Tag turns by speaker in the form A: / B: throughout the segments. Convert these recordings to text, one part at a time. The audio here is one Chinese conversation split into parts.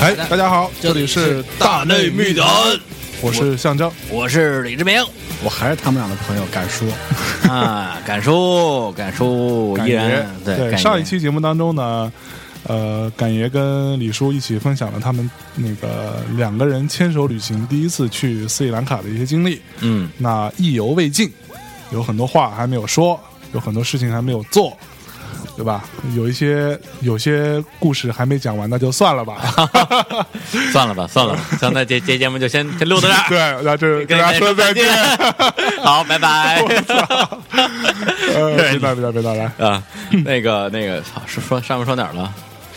A: 哎，大家好，这里是大内密谈，我是象征，
B: 我是李志明
C: 我还是他们俩的朋友，敢说。
B: 啊，敢说敢说，
A: 感
B: 依
A: 爷
B: 然。
A: 对，
B: 感
A: 上
B: 觉
A: 一期节目当中呢，呃，感爷跟李叔一起分享了他们那个两个人牵手旅行第一次去斯里兰卡的一些经历，
B: 嗯，
A: 那意犹未尽，有很多话还没有说，有很多事情还没有做。对吧？有一些有些故事还没讲完，那就算了 吧。
B: 算了吧，算了吧，咱们这这节目就先先录到这儿。
A: 对，那这跟
B: 跟
A: 大家说再见。
B: 好，拜拜。
A: 呃，别打别打别打来。
B: 啊，那个那个，操，说说上面说哪儿了？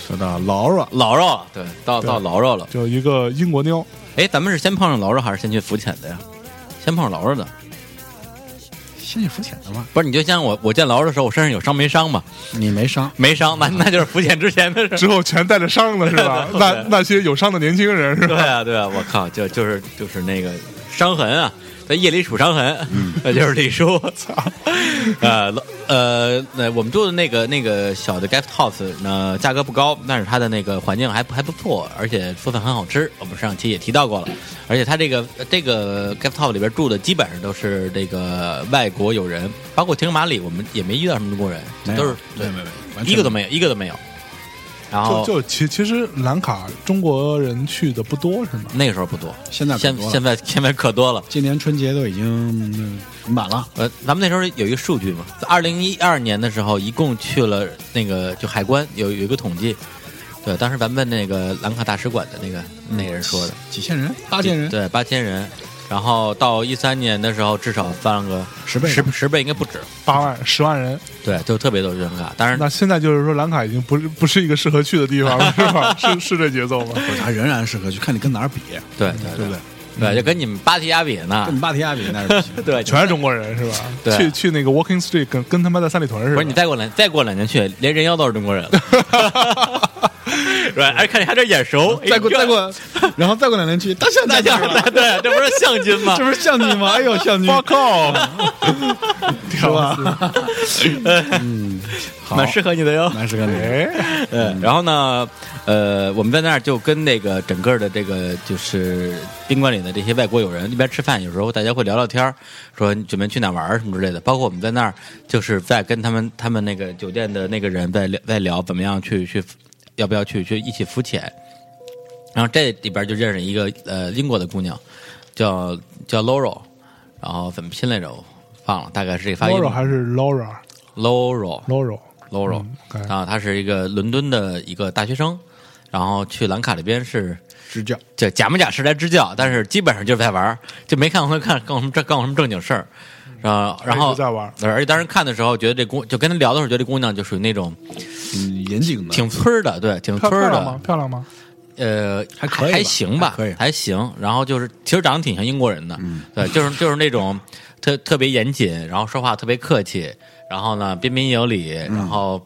C: 说到劳若，
B: 老肉了，对，到到老肉了。
A: 就一个英国妞，
B: 哎，咱们是先碰上老肉还是先去浮潜的呀？先碰上老肉的，
C: 先去浮潜的吧，
B: 不是？你就像我，我见老肉的时候，我身上有伤没伤嘛？
C: 你没伤，
B: 没伤，那 那就是浮潜之前 的事儿。
A: 之后全带着伤了是 吧？
B: 对对
A: 那那些有伤的年轻人 是吧？
B: 对啊，对啊，我靠，就就是就是那个伤痕啊，在夜里数伤痕，
C: 嗯
B: 那 就是李叔， 操，呃老呃，那我们住的那个那个小的 guest house 呢，价格不高，但是它的那个环境还不还不错，而且做饭很好吃，我们上期也提到过了，而且它这个这个 guest house 里边住的基本上都是这个外国友人，包括停马里，我们也没遇到什么中国人，
C: 没有
B: 都是
C: 没
B: 对
C: 有没有没有完全
B: 一个都没有，一个都没有，然后
C: 哦
A: 就就其其实兰卡中国人去的不多是吗？
B: 那个时候不多，
C: 现在可
B: 现
C: 多了
B: 现在现在可多了。
C: 今年春节都已经嗯满了，
B: 呃，咱们那时候有一个数据嘛，在二零一二年的时候，一共去了那个就海关有有一个统计，对，当时咱们那个兰卡大使馆的那个那个人说的，
C: 几千人，八千人，
B: 对，八千人，然后到一三年的时候，至少翻了个
C: 十倍
B: 十十倍应该不止，
A: 八万、十万人，
B: 对，就特别多人卡，当然
A: 那现在就是说兰卡已经不是不是一个适合去的地 方了，是吧？是是这节奏吗？
C: 不是，他仍然适合去看你跟哪儿比，
B: 对对
C: 对不对？
B: 对，就跟你们芭提雅比呢。
C: 嗯跟，你芭提雅比那是不行
B: 对，
A: 全是中国人是吧？
B: 对
A: 去去那个 Walking Street 跟跟他妈在三里屯似的。
B: 不是你再过两再过两年去，连人妖都是中国人了，对，哎，看你还有点眼熟，哎
C: 再过
B: 这
C: 再过，然后再过两年 去，大象
B: 那
C: 大
B: 叫
C: 象，
B: 对，这不是象军吗？
C: 这不是象军吗？哎呦，象军，
A: Fuck off！
C: 是吧？好
B: 蛮适合你的哟。
C: 那是个美
A: 哎，
B: 嗯，然后呢，呃，我们在那儿就跟那个整个的这个就是宾馆里的这些外国友人一边吃饭，有时候大家会聊聊天儿，说你准备去哪儿玩儿什么之类的。包括我们在那儿就是在跟他们他们那个酒店的那个人在聊在聊怎么样去去要不要去去一起浮潜。然后这里边就认识一个呃英国的姑娘，叫叫 Loro，然后怎么拼来着？我忘了，大概是这个发音。
A: ，Laura 还是 Laura，Laura，
B: Loro Loro，、
A: 嗯
B: 啊，他是一个伦敦的一个大学生，然后去兰卡这边是
C: 支教，
B: 这假模假式来支教，但是基本上就是在玩儿，就没看过 看干过什么正干过什么正经事儿。啊，然
A: 一
B: 后
A: 直在玩儿
B: 对而且当时看的时候，觉得这姑就跟他聊的时候，觉得这姑娘就属于那种
C: 嗯，严谨的，
B: 挺村儿的，对，挺
A: 漂
B: 村
A: 漂
B: 儿
A: 亮吗
B: 的？，
A: 漂亮吗？
B: 呃，
C: 还可以吧
B: 还行吧
C: 还，可以嗯
B: 还行。然后就是，其实长得挺像英国人的，对，就是就是那种特特别严谨，然后说话特别客气，然后呢彬彬有礼，
C: 嗯
B: 然后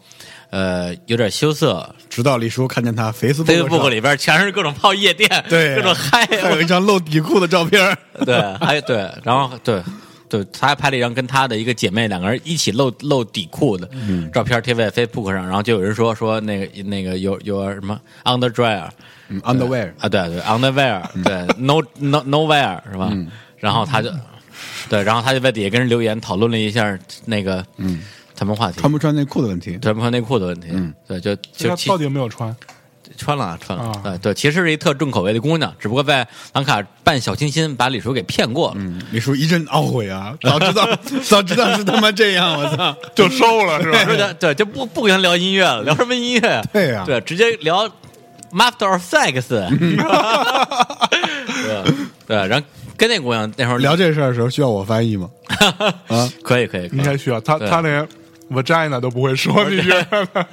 B: 呃有点羞涩，
C: 直到李叔看见他 Facebook 上
B: Facebook 里边全是各种泡夜 店，
C: 对
B: 各种嗨，
C: 还有一张露底裤的照片儿，
B: 对，还对，然后对。对，他还拍了一张跟他的一个姐妹两个人一起露露底裤的照片贴在 Facebook 上，然后就有人说说那个那个有有什么 underwear
C: 嗯，underwear，
B: 啊，对对 underwear，对 no no nowhere 是吧？然后他就对，然后他就在底下跟人留言讨论了一下那个嗯他们话嗯题，
C: 穿不穿内裤的问题，
B: 穿不穿内裤的问题，对，就就
A: 她
B: 其
A: 到底有没有穿？
B: 穿了啊穿了，
A: 啊
B: 呃对，其实是一特重口味的姑娘，只不过在兰卡扮小清新，把李叔给骗过了。
C: 嗯李叔一阵懊悔啊！早知道，早知道是他妈这样，我操！
A: 就收了是吧？
B: 说的对，就不不跟他聊音乐了，聊什么音乐？
C: 嗯对呀
B: 对，直接聊 Master of Sex。对对，然后跟那姑娘那会儿
C: 聊这事儿的时候需要我翻译吗？啊，
B: 可以可以可
A: 应
B: 以，
A: 该需要他，
B: 对
A: 他连 vagina 都不会说，你觉得呢？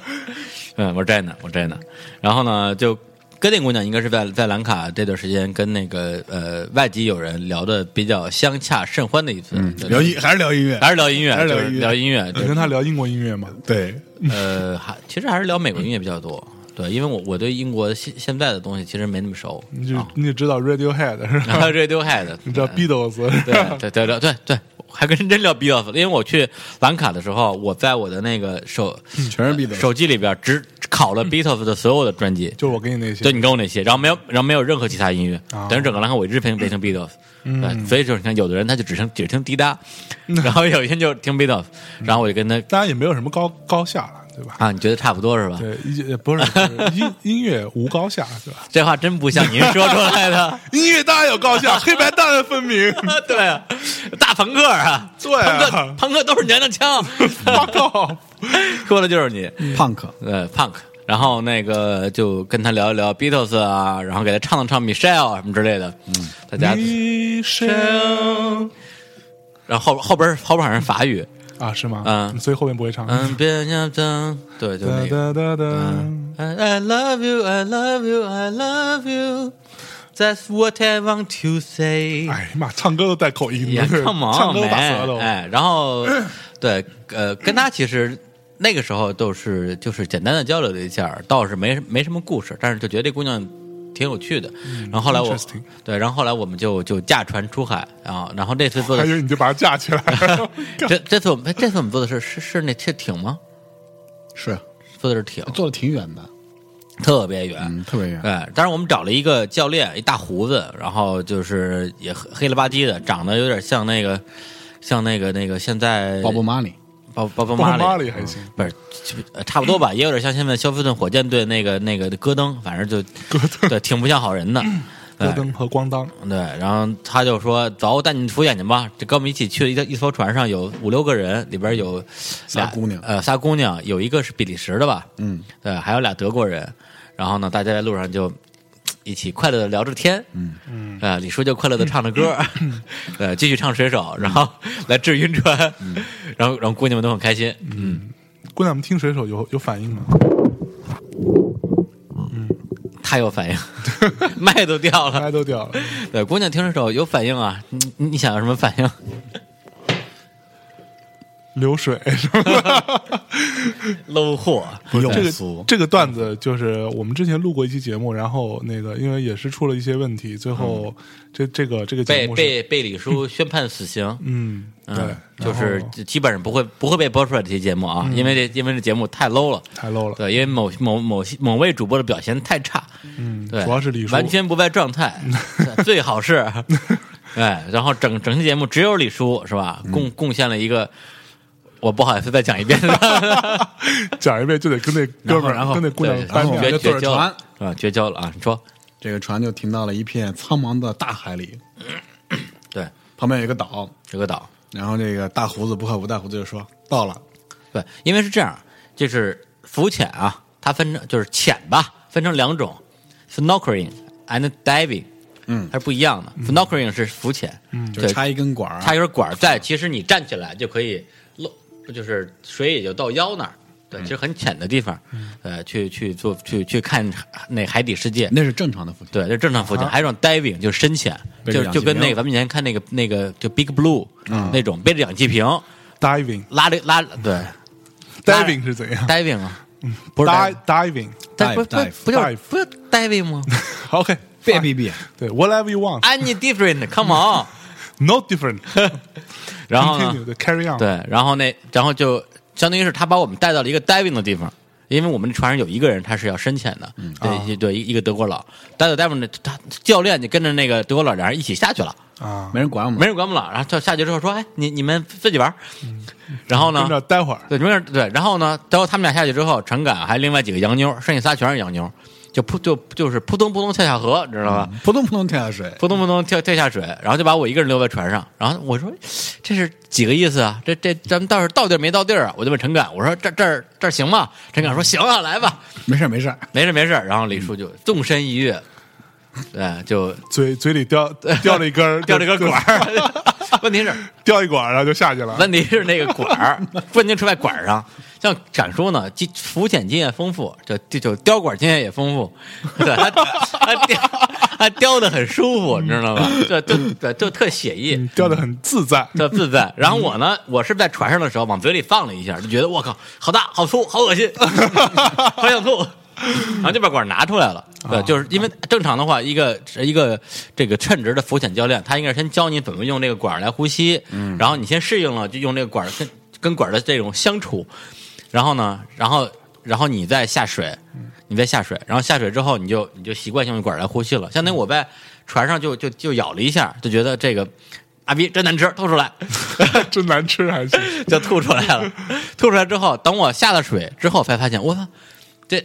B: 嗯，我 Jenna，我 Jenna，然后呢就。跟那姑娘应该是在在兰卡这段时间跟那个呃外籍友人聊的比较相洽甚欢的一次，对
C: 嗯聊音还是聊音乐？
B: 还是聊音乐，
C: 还是聊
B: 就是
C: 音乐
B: 聊音乐，
A: 你跟他聊英国音 乐吗？
C: 对，
B: 呃，还其实还是聊美国音乐比较多。对，因为我我对英国现现在的东西其实没那么熟，啊
A: 你就你得知道 Radiohead 是吧？
B: 然后 Radiohead，
A: 你知道 Beatles 是吧
B: 呃对对对对对对，我还跟真聊 Beatles，因为我去兰卡的时候，我在我的那个手
C: 全是 Beatles。
B: 手机里边只拷了 Beatles 的所有的专辑，
A: 嗯就是我给你那些
B: 就。你跟我那些，然后没有，然后没有任何其他音乐，
A: 啊嗯
B: 等于整个兰卡我一直听听 Beatles，对，所以就是你看，有的人他就只听只听滴答，然后有一天就听 Beatles，然后我就跟他
A: 当然也没有什么高高下了，对吧？
B: 啊，你觉得差不多是吧？
A: 对，一不是不是 音音乐无高下，对吧？
B: 这话真不像您说出 来的。
A: 音乐当然有高下，黑白当然分 明。
B: 对啊，大朋克啊，
A: 对啊
B: 朋克，朋克都是娘娘 腔，
A: 我靠， 嗯
B: 说的就是你，
C: Punk
B: 呃，punk。然后那个就跟他聊一聊 Beatles 啊，然后给他唱了唱 Michelle 啊什么之类的，嗯，大家，
A: 你生
B: 然后后后边后边好像是法语，
A: 啊是吗？
B: 嗯
A: 所以后面不会唱。
B: 嗯，别呀，真，对，嗯就
A: 哒
B: 那个
A: 哒哒哒，
B: I I love you, I love you, I love you, that's what I want to say。
A: 哎呀妈，唱歌都带口音
B: 也
A: 的，
B: come on，
A: 唱歌都打舌
B: man，
A: 头。
B: 哎，然 后对，呃，跟他其实那个时候都是就是简单的交流了一下，倒是没没什么故事，但是就觉得这姑娘挺有趣的。然后后来我
A: 嗯 interesting
B: 对，然后后来我们就就驾船出海啊，然后这次做
A: 还
B: 的
A: 以
B: 是。
A: 为你就把它架起来 了
B: 这这次我们哎这次我们做的是是是那是艇吗？
C: 是啊
B: 做的是艇，
C: 坐的哎挺远的，
B: 特别远，
C: 嗯，特别远。
B: 对，当然我们找了一个教练，一大胡子，然后就是也黑黑了吧唧的，长得有点像那个，像那个那个现在
C: Bob Marley，
B: 包包包
A: 包括
B: 马
A: 马里还行，
B: 不是呃差不多吧，也有点像现在休斯顿火箭队那个那个戈登，反正就戈登对挺不像好人的。哎
A: 戈登和咣当，
B: 对，然后他就说：“走，我带你出眼睛吧。”这跟我们一起去了一个一艘船上，有五六个人，里边有俩
C: 仨姑娘
B: 呃，仨姑娘，有一个是比利时的吧？
C: 嗯，
B: 对，还有俩德国人。然后呢，大家在路上就嘖一起快乐的聊着天，嗯嗯，呃，李叔就快乐的唱着歌，呃，继续唱水手，然后来治晕船， 然后然后姑娘们都很开心，
A: 姑娘们听水手有有反应 吗？
B: 太 有反应，麦都掉
A: 大
B: 了。
A: 家都掉了，
B: 对，姑娘听这首有反应啊，你你你想要什 么反应？
A: 流 水是吧？
B: 搂货，
A: 这个这个段子就是我们之前录过一期节目，然后那个因为也是出了一些问题，最后
B: 嗯
A: 这这个这个节
B: 被
A: 目是
B: 被被李叔宣判 死刑。
A: 嗯对
B: 嗯，，就是
A: 然后嗯
B: 基本上不会不会被播出来这期节目啊，因为这因为这节目太 low 了，
A: 太 low 了，
B: 对，因为某某某某位主播的表现太差，
A: 嗯，
B: 对，
A: 主要是李叔
B: 完全不在状态， 对最好是，对，然后整整期节目只有李叔
A: 嗯
B: 是吧，贡贡献了一个，我不好意思再讲一 遍 了，
A: 讲一遍就得跟那哥们
C: 然
A: 儿
C: 后
A: 跟那姑娘
B: 对，
A: 掰
C: 然后我们
A: 面
B: 绝
C: 就坐着
B: 绝交了
C: 船
B: 是吧？绝交了啊！你说
C: 这个船就停到了一片苍茫的大海里，
B: 对，
C: 旁边有一个岛，
B: 这个岛
C: 然后这个大胡子不靠谱，大胡子就说到了，
B: 对，因为是这样，就是浮潜啊，它分成就是潜吧，分成两种，snorkeling and diving，
C: 嗯
B: 它是不一样的。snorkeling 是浮潜，嗯，
C: 就
B: 对，
C: 插一根管儿，
B: 它有管儿在，其实你站起来就可以露，就是水也就到腰那儿。对，其实很浅的地方，呃，去去做去去看那海底世界，
C: 那是正常的浮潜，
B: 对，就正常浮潜，还有一种 diving 就是深潜，
C: 啊背着
B: 就
C: 氧
B: 就
C: 气
B: 跟那个
C: 瓶
B: 咱们以前看那个那个就 Big Blue 那种背着氧气瓶
A: diving
B: 拉着拉 对
A: diving 是怎样
B: diving 啊，不是
A: Di-？diving
B: 但不
C: dive，dive，
B: 不不就
A: dive
B: 不就 diving 吗
A: OK
C: 别别别，
A: 对 whatever you want
B: ？Any different，come on。
A: no different，
B: 然后呢？
A: continue 对 carry on
B: 对，然后那然后就相当于是他把我们带到了一个 diving 的地方，因为我们船上有一个人他是要深潜的，
C: 啊
B: 对一对一一个德国佬，带到 diving 的他教练就跟着那个德国佬俩人一起下去了，
A: 啊，
C: 没人管我们，
B: 没人管我们了。然后他下去之后说：“哎，你你们自己玩儿。”
C: 嗯
B: 然后呢
A: 跟？着待会儿
B: 对，没人对，然后呢？然后他们俩下去之后，陈敢还有另外几个洋妞，剩下仨全是洋妞，就扑就就是扑通扑通跳下河，你知道吧？
C: 扑通扑通跳下水，
B: 扑通扑通跳跳下水，然后就把我一个人留在船上。然后我说这是几个意思啊？这这咱们到是到地儿没到地儿啊？我就问陈敢，我说这这儿这儿行吗？陈敢说行啊，来吧，
C: 没事儿没事儿，
B: 没事没事。然后李叔就纵身一跃，对，就
A: 嘴嘴里 掉掉了一根儿
B: 掉了一个
A: 就
B: 管儿。 问题是
A: 掉一管儿然后就下去了，
B: 问题是那个管儿，问题出在管儿上，像展叔呢，经服务经验丰富，这这就雕管经验也丰富，对，他他雕他雕的很舒服，你知道吧？这就对，就特写意。
A: 嗯掉的很自在，
B: 特自在。然后我呢，我是在船上的时候往嘴里放了一下，就觉得我靠，好大，好粗，好恶心， 好想吐。然后就把管拿出来了，对，就是因为正常的话，一个一个这个称职的浮潜教练，他应该是先教你怎么用这个管来呼吸，嗯，然后你先适应了，就用这个管跟跟管的这种相处，然后呢，然后然后你再下水，你再下水，然后下水之后你就你就习惯性用管来呼吸了，相当于我在船上就就就咬了一下，就觉得这个阿逼真难吃，吐出来，
A: 真难吃还行。
B: 就吐出来了。吐出来之后，等我下了水之后，才发现我操，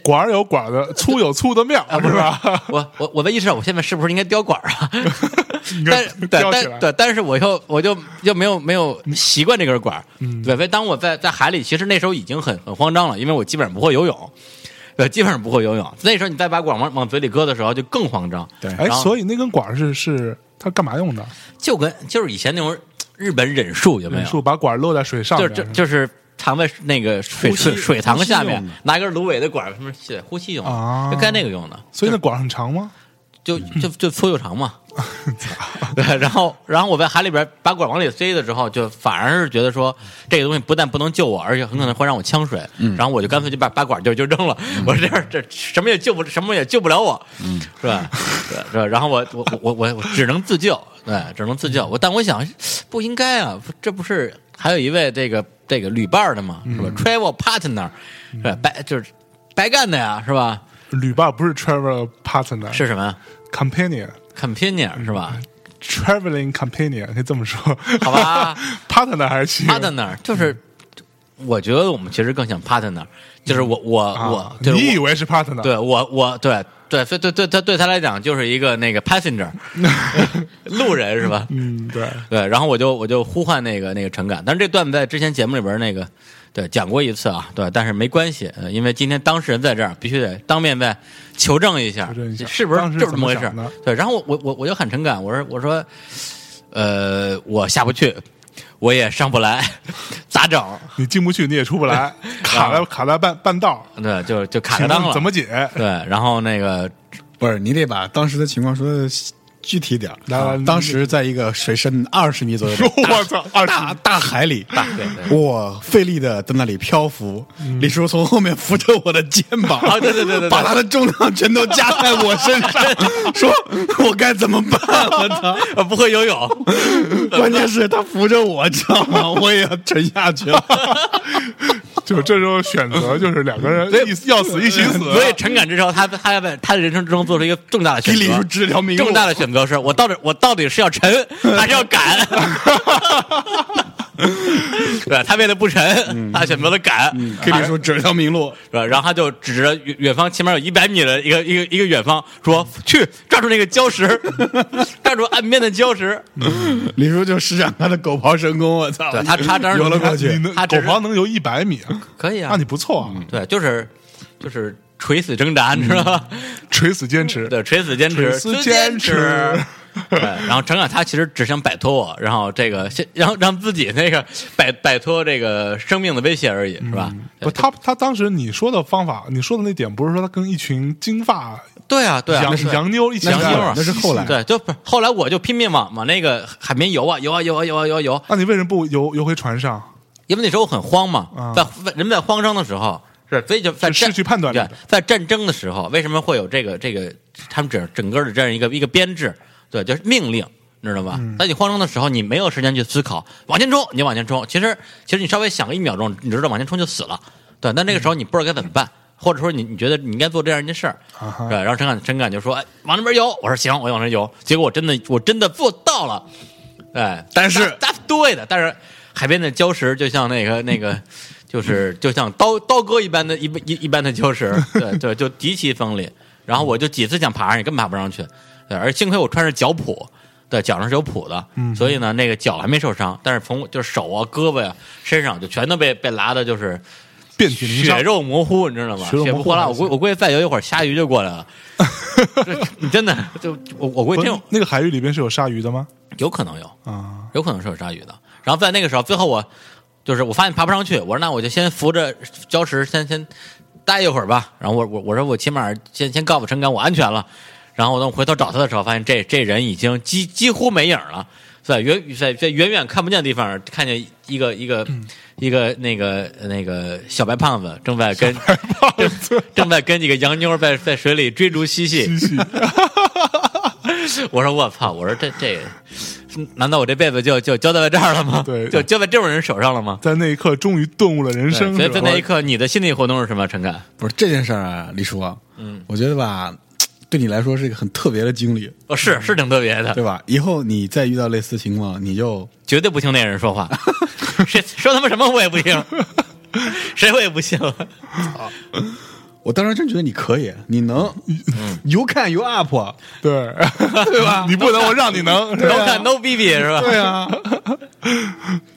A: 管儿有管儿的，粗有粗的妙，
B: 啊不
A: 是
B: 是
A: 吧？
B: 我我我在意识到我现在是不是应该叼管儿啊？
A: 应
B: 但
A: 该
B: 是 对
A: 吊起来
B: 但对，但是我又我就又没有没有
C: 嗯
B: 习惯这根管儿，对，所以当我在在海里，其实那时候已经很很慌张了，因为我基本上不会游泳。对，基本上不会游泳。那时候你再把管儿往往嘴里搁的时候，就更慌张。
C: 对
A: 哎，
B: 然后
A: 所以那根管儿是是它干嘛用的？
B: 就跟就是以前那种日本忍术有没有？
A: 忍术把管儿落在水上
B: 就
A: 边，
B: 是就是藏在那个水
C: 呼吸
B: 水水塘下
C: 呼吸
B: 面
C: 用的，
B: 拿根芦苇的管儿什么写呼吸用的，
A: 啊
B: 就干那个用的。
A: 所以那管儿很长吗？
B: 就就就搓又长嘛。 对，然后然后我在海里边把管往里塞的时候，就反而是觉得说这个东西不但不能救我，而且很可能会让我呛水。然后我就干脆就把把管就就扔了。 我说这样这什么也救不什么也救不了我，是吧？对是吧？然后我我我我我只能自救，对，只能自救。我但我想不应该啊，这不是还有一位这个这个旅伴的嘛，是吧、t r a v e l partner，是吧？白就是白干的呀，是吧？
A: 旅伴不是 travel partner，
B: 是什么呀
A: companion。
B: companion 是吧？
A: Traveling companion 可以这么说，
B: 好吧
A: ，partner 还是亲
B: partner 就是，
A: 嗯
B: 我觉得我们其实更想 partner，就是我我
A: 啊
B: 我，就是我
A: 你以为是 partner？
B: 对我我对对，所以对对他对他来讲就是一个那个 passenger，路人是吧？
A: 嗯，对，
B: 对，然后我就我就呼唤那个那个陈敢，但是这段子在之前节目里边那个对讲过一次啊，对，但是没关系，呃因为今天当事人在这儿，必须得当面再求证一下
A: 求证一，下
B: 是不是
A: 当时
B: 就是这么回事
A: 怎么想的？
B: 对，然后我我我我就喊陈敢，我说我说，呃，我下不去，我也上不来，咋整？
A: 你进不去，你也出不 来，卡在卡在半半道，
B: 对，就就啊卡
A: 请
B: 个
A: 问
B: 裆了，
A: 怎么解？
B: 对？然后那个
C: 不是，你得把当时的情况说的具体点儿。
A: 来来
C: 啊
A: 你
C: 当时在一个水深二十米左右的
A: 我操，二十
C: 大大海里，
B: 大对对
C: 我费力的在那里漂浮。李叔从后面扶着我的肩膀，
B: 啊对对对对对
C: 把他的重量全都加在我身上，说我该怎么办？我操！
B: 呃不会游泳，
C: 关键是他扶着我，知道吗？我也要沉下去了。
A: 就这时候选择就是两个人一要死一起死，
B: 所以陈敢之后，他他要在他的人生之中做出一个重大的选
C: 给李叔
B: 择，
C: 指条明路
B: 重大的选择是我到底我到底是要沉 还是要敢？ 对他为了不
A: 嗯
B: 沉，他选择了敢，
C: 给李叔指条明路，
B: 是吧？然后他就指着远远方前面有一百米的一个一个一个远方说：“去抓住那个礁石， 抓住岸边的礁石。
C: 李叔就施展他的狗刨神功，我操！
B: 对他他当时
C: 游了过
A: 你
C: 去，
A: 能
B: 他
A: 狗
B: 只是
A: 刨能游一百米啊，”
B: 可以啊
A: 那你，不错啊，
B: 对，就是就是垂死挣扎，你知道吗？
A: 垂死坚持，
B: 对，垂死坚持，
A: 垂死坚持
B: 持。 对，然后陈凯他其实只想摆脱我，然后这个先让让自己那个摆摆脱这个生命的威胁而已，是吧？
A: 嗯不，他他当时你说的方法，你说的那点不是说他跟一群金发
B: 对啊，对啊，
A: 洋
B: 对
A: 洋妞一起
B: 洋妞啊
C: 那
A: 那
C: 是后来
B: 对，就不是后来我就拼命往往那个海边游啊游啊游啊游啊游啊游，
A: 那你为什么不游游回船上？
B: 因为那时候很慌嘛
A: 啊，
B: 在在人们在慌张的时候。是，所以就在
A: 是
B: 战
A: 失去判断力
B: 对
A: 的，
B: 在战争的时候，为什么会有这个这个他们整整个的这样一个一个编制？对，就是命令，你知道吧？
A: 嗯
B: 在你慌张的时候，你没有时间去思考，往前冲，你就往前冲。其实，其实你稍微想个一秒钟，你知道往前冲就死了。对，但那个时候你不知道该怎么办，或者说你你觉得你应该做这样一件事儿，
A: 啊哈
B: 对。然后陈敢陈敢就说：“哎，往那边游。”我说：“行，我就往那游。”结果我真的我真的做到了。哎，
C: 但是
B: 那对的，但是海边的礁石就像那个那个，就是就像刀刀割一般的一一一般的礁石，对对，就极其锋利。然后我就几次想爬上去，根本爬不上去。对，而幸亏我穿着脚蹼，对，脚上是有蹼的，
A: 嗯
B: 所以呢，那个脚还没受伤，但是从我就是手啊、胳膊呀、身上就全都被被拉的，就是
A: 遍体鳞
B: 血
A: 伤，
B: 肉模糊，你知道吗？
A: 血肉模糊
B: 不活了，
A: 还
B: 我
A: 行
B: 估我估计再游一会儿，鲨鱼就过来 了。这你真的就我我估计
A: 不
B: 真有
A: 那个海域里边是有鲨鱼的吗？
B: 有可能有，
A: 啊，
B: 有可能是有鲨鱼的。然后在那个时候，最后我就是我发现爬不上去，我说那我就先扶着礁石先先待一会儿吧。然后我我我说我起码先先告诉陈敢我安全了。然后我等我回头找他的时候，发现这这人已经几几乎没影儿了，在远在在远远看不见的地方看见一个一个、一个那个那个小白胖子正在跟正正在跟几个洋妞儿在在水里追逐嬉戏。 我说我操！我说这这，难道我这辈子就就交代在这儿了吗？
A: 对
B: 就交在这种人手上了吗？
A: 在那一刻终于顿悟了人
B: 对
A: 生，
B: 所以
A: 是
B: 在
A: 吧
B: 那一刻，你的心理活动是什么？陈凯，
C: 不是这件事儿啊，李叔，嗯，我觉得吧，对你来说是一个很特别的经历，
A: 嗯
B: 哦，是是挺特别的，
C: 对吧？以后你再遇到类似情况，你就
B: 绝对不听那人 说话，谁说他妈什么我也不听，谁我也不信了。
C: 我当时真觉得你可以，你能，you can you up，
A: 对对吧？你不能，我让你能， 对啊
B: No
A: 吧
B: cut, no BB 是吧？
C: 对啊，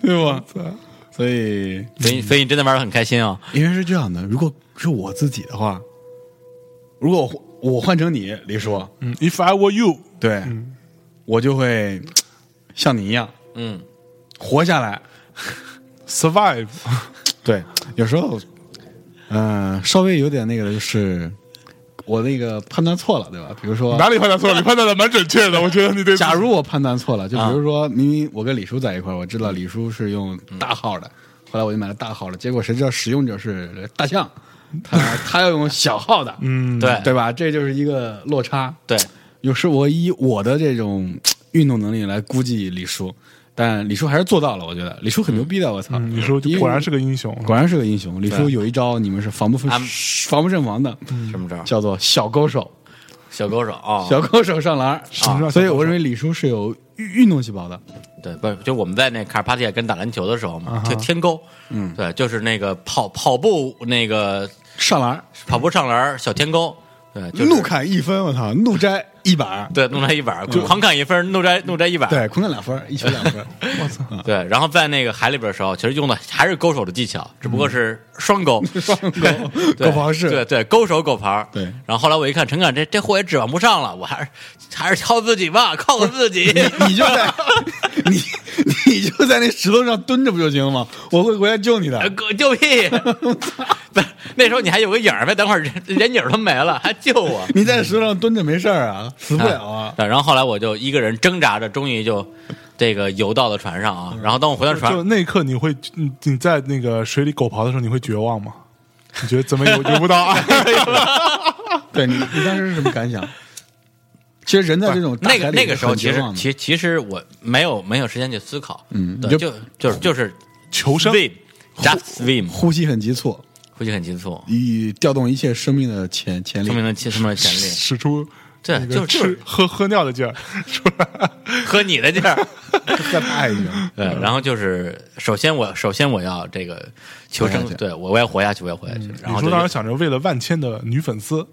A: 对吧？
C: 所以
B: 所以所以你真的玩的很开心啊、
C: 因为是这样的，如果是我自己的话，如果我我换成你，李叔，
A: 嗯，If I were you，
C: 对，我就会像你一样
B: 嗯，
C: 活下来。
A: survive，
C: 对，有时候，嗯、稍微有点那个，就是我那个判断错了，对吧？比如说，
A: 哪里判断错了？你判断的蛮准确的，我觉得你对。
C: 假如我判断错了，就比
A: 啊
C: 如说，明明我跟李叔在一块儿，我知道李叔是用
A: 嗯
C: 大号的，后来我就买了大号的，结果谁知道使用者是大象，他他要用小号的，
A: 嗯，
B: 对
C: 对吧？这就是一个落差。
B: 对，
C: 有时我以我的这种运动能力来估计李叔，但李叔还是做到了，我觉得李叔很牛逼的，我操！
A: 你说
C: 因
A: 嗯就
C: 为
A: 果然是个英雄，
C: 果然是个英雄，李叔
B: 对
C: 有一招你们是防不胜
B: 俺
C: 防不胜防的，
B: 什么招？
C: 叫做小勾手，
B: 小勾手啊，
C: 小勾手上篮儿
A: 什么叫小勾手
C: 所以我认为李叔是有运运动细胞的，
B: 对，不是，就我们在那卡尔帕蒂亚跟打篮球的时候
A: 啊
B: 嘛，
A: 哈
B: 就天勾，嗯，对，就是那个跑跑步那个
C: 上篮儿
B: 跑步上篮儿小天勾，对，就是
C: 怒砍一分，我操，怒摘一板，
B: 对，怒摘一板儿，狂砍一分儿，怒摘怒摘一板儿，
C: 对，空降两分儿，一球两 分儿，啊我操，
B: 对，然后在那个海里边的时候，其实用的还是勾手的技巧，只不过是双勾，
C: 嗯 双 勾狗
B: 对
C: 刨式
B: 对对，勾手狗刨。
C: 对
B: 然后后来我一看，陈敢这这货也指望不上了，我还是 还是靠自己吧，靠我自 己。
C: 你你就在你你就在那石头上蹲着不就行了吗？我会回来救你的，
B: 狗救屁！ 不是那时候你还有个影儿呗，等会儿人人影儿都没了，还救 我。
C: 你在石头上蹲着没事儿啊，死不了啊。
B: 对，然后后来我就一个人挣扎着，终于就这个游到了船上啊。然后当我回到船，
A: 就那一刻你会你你在那个水里狗刨的时候，你会绝望吗？你觉得怎么 游游不到岸？
C: 对你，你当时是什么感想？其实人在这种大海
B: 那个
C: 里
B: 那个时候，
C: 很
B: 其
C: 绝
B: 实
C: 望的
B: 其其实我没有没有时间去思考，
C: 嗯
B: 对
C: 你
B: 就
C: 就
B: 就是就是
A: 求 生
B: swim，just swim，
C: 呼吸很急促，
B: 呼吸很 急促，
C: 以调动一切生命的潜潜力
B: 说。明了什么潜力？
A: 使出
B: 对
A: 那个
B: 就就是
A: 吃喝喝尿的劲儿出来，
B: 喝你的劲 儿。
C: 再大一 点，
B: 对，然后就是首先我首先我要这个求
C: 活下
B: 生，
C: 去嗯
B: 对我我要活下去，我要活下去。然
A: 你
B: 后
A: 说
B: 就
A: 当时想着为了万千的女粉丝，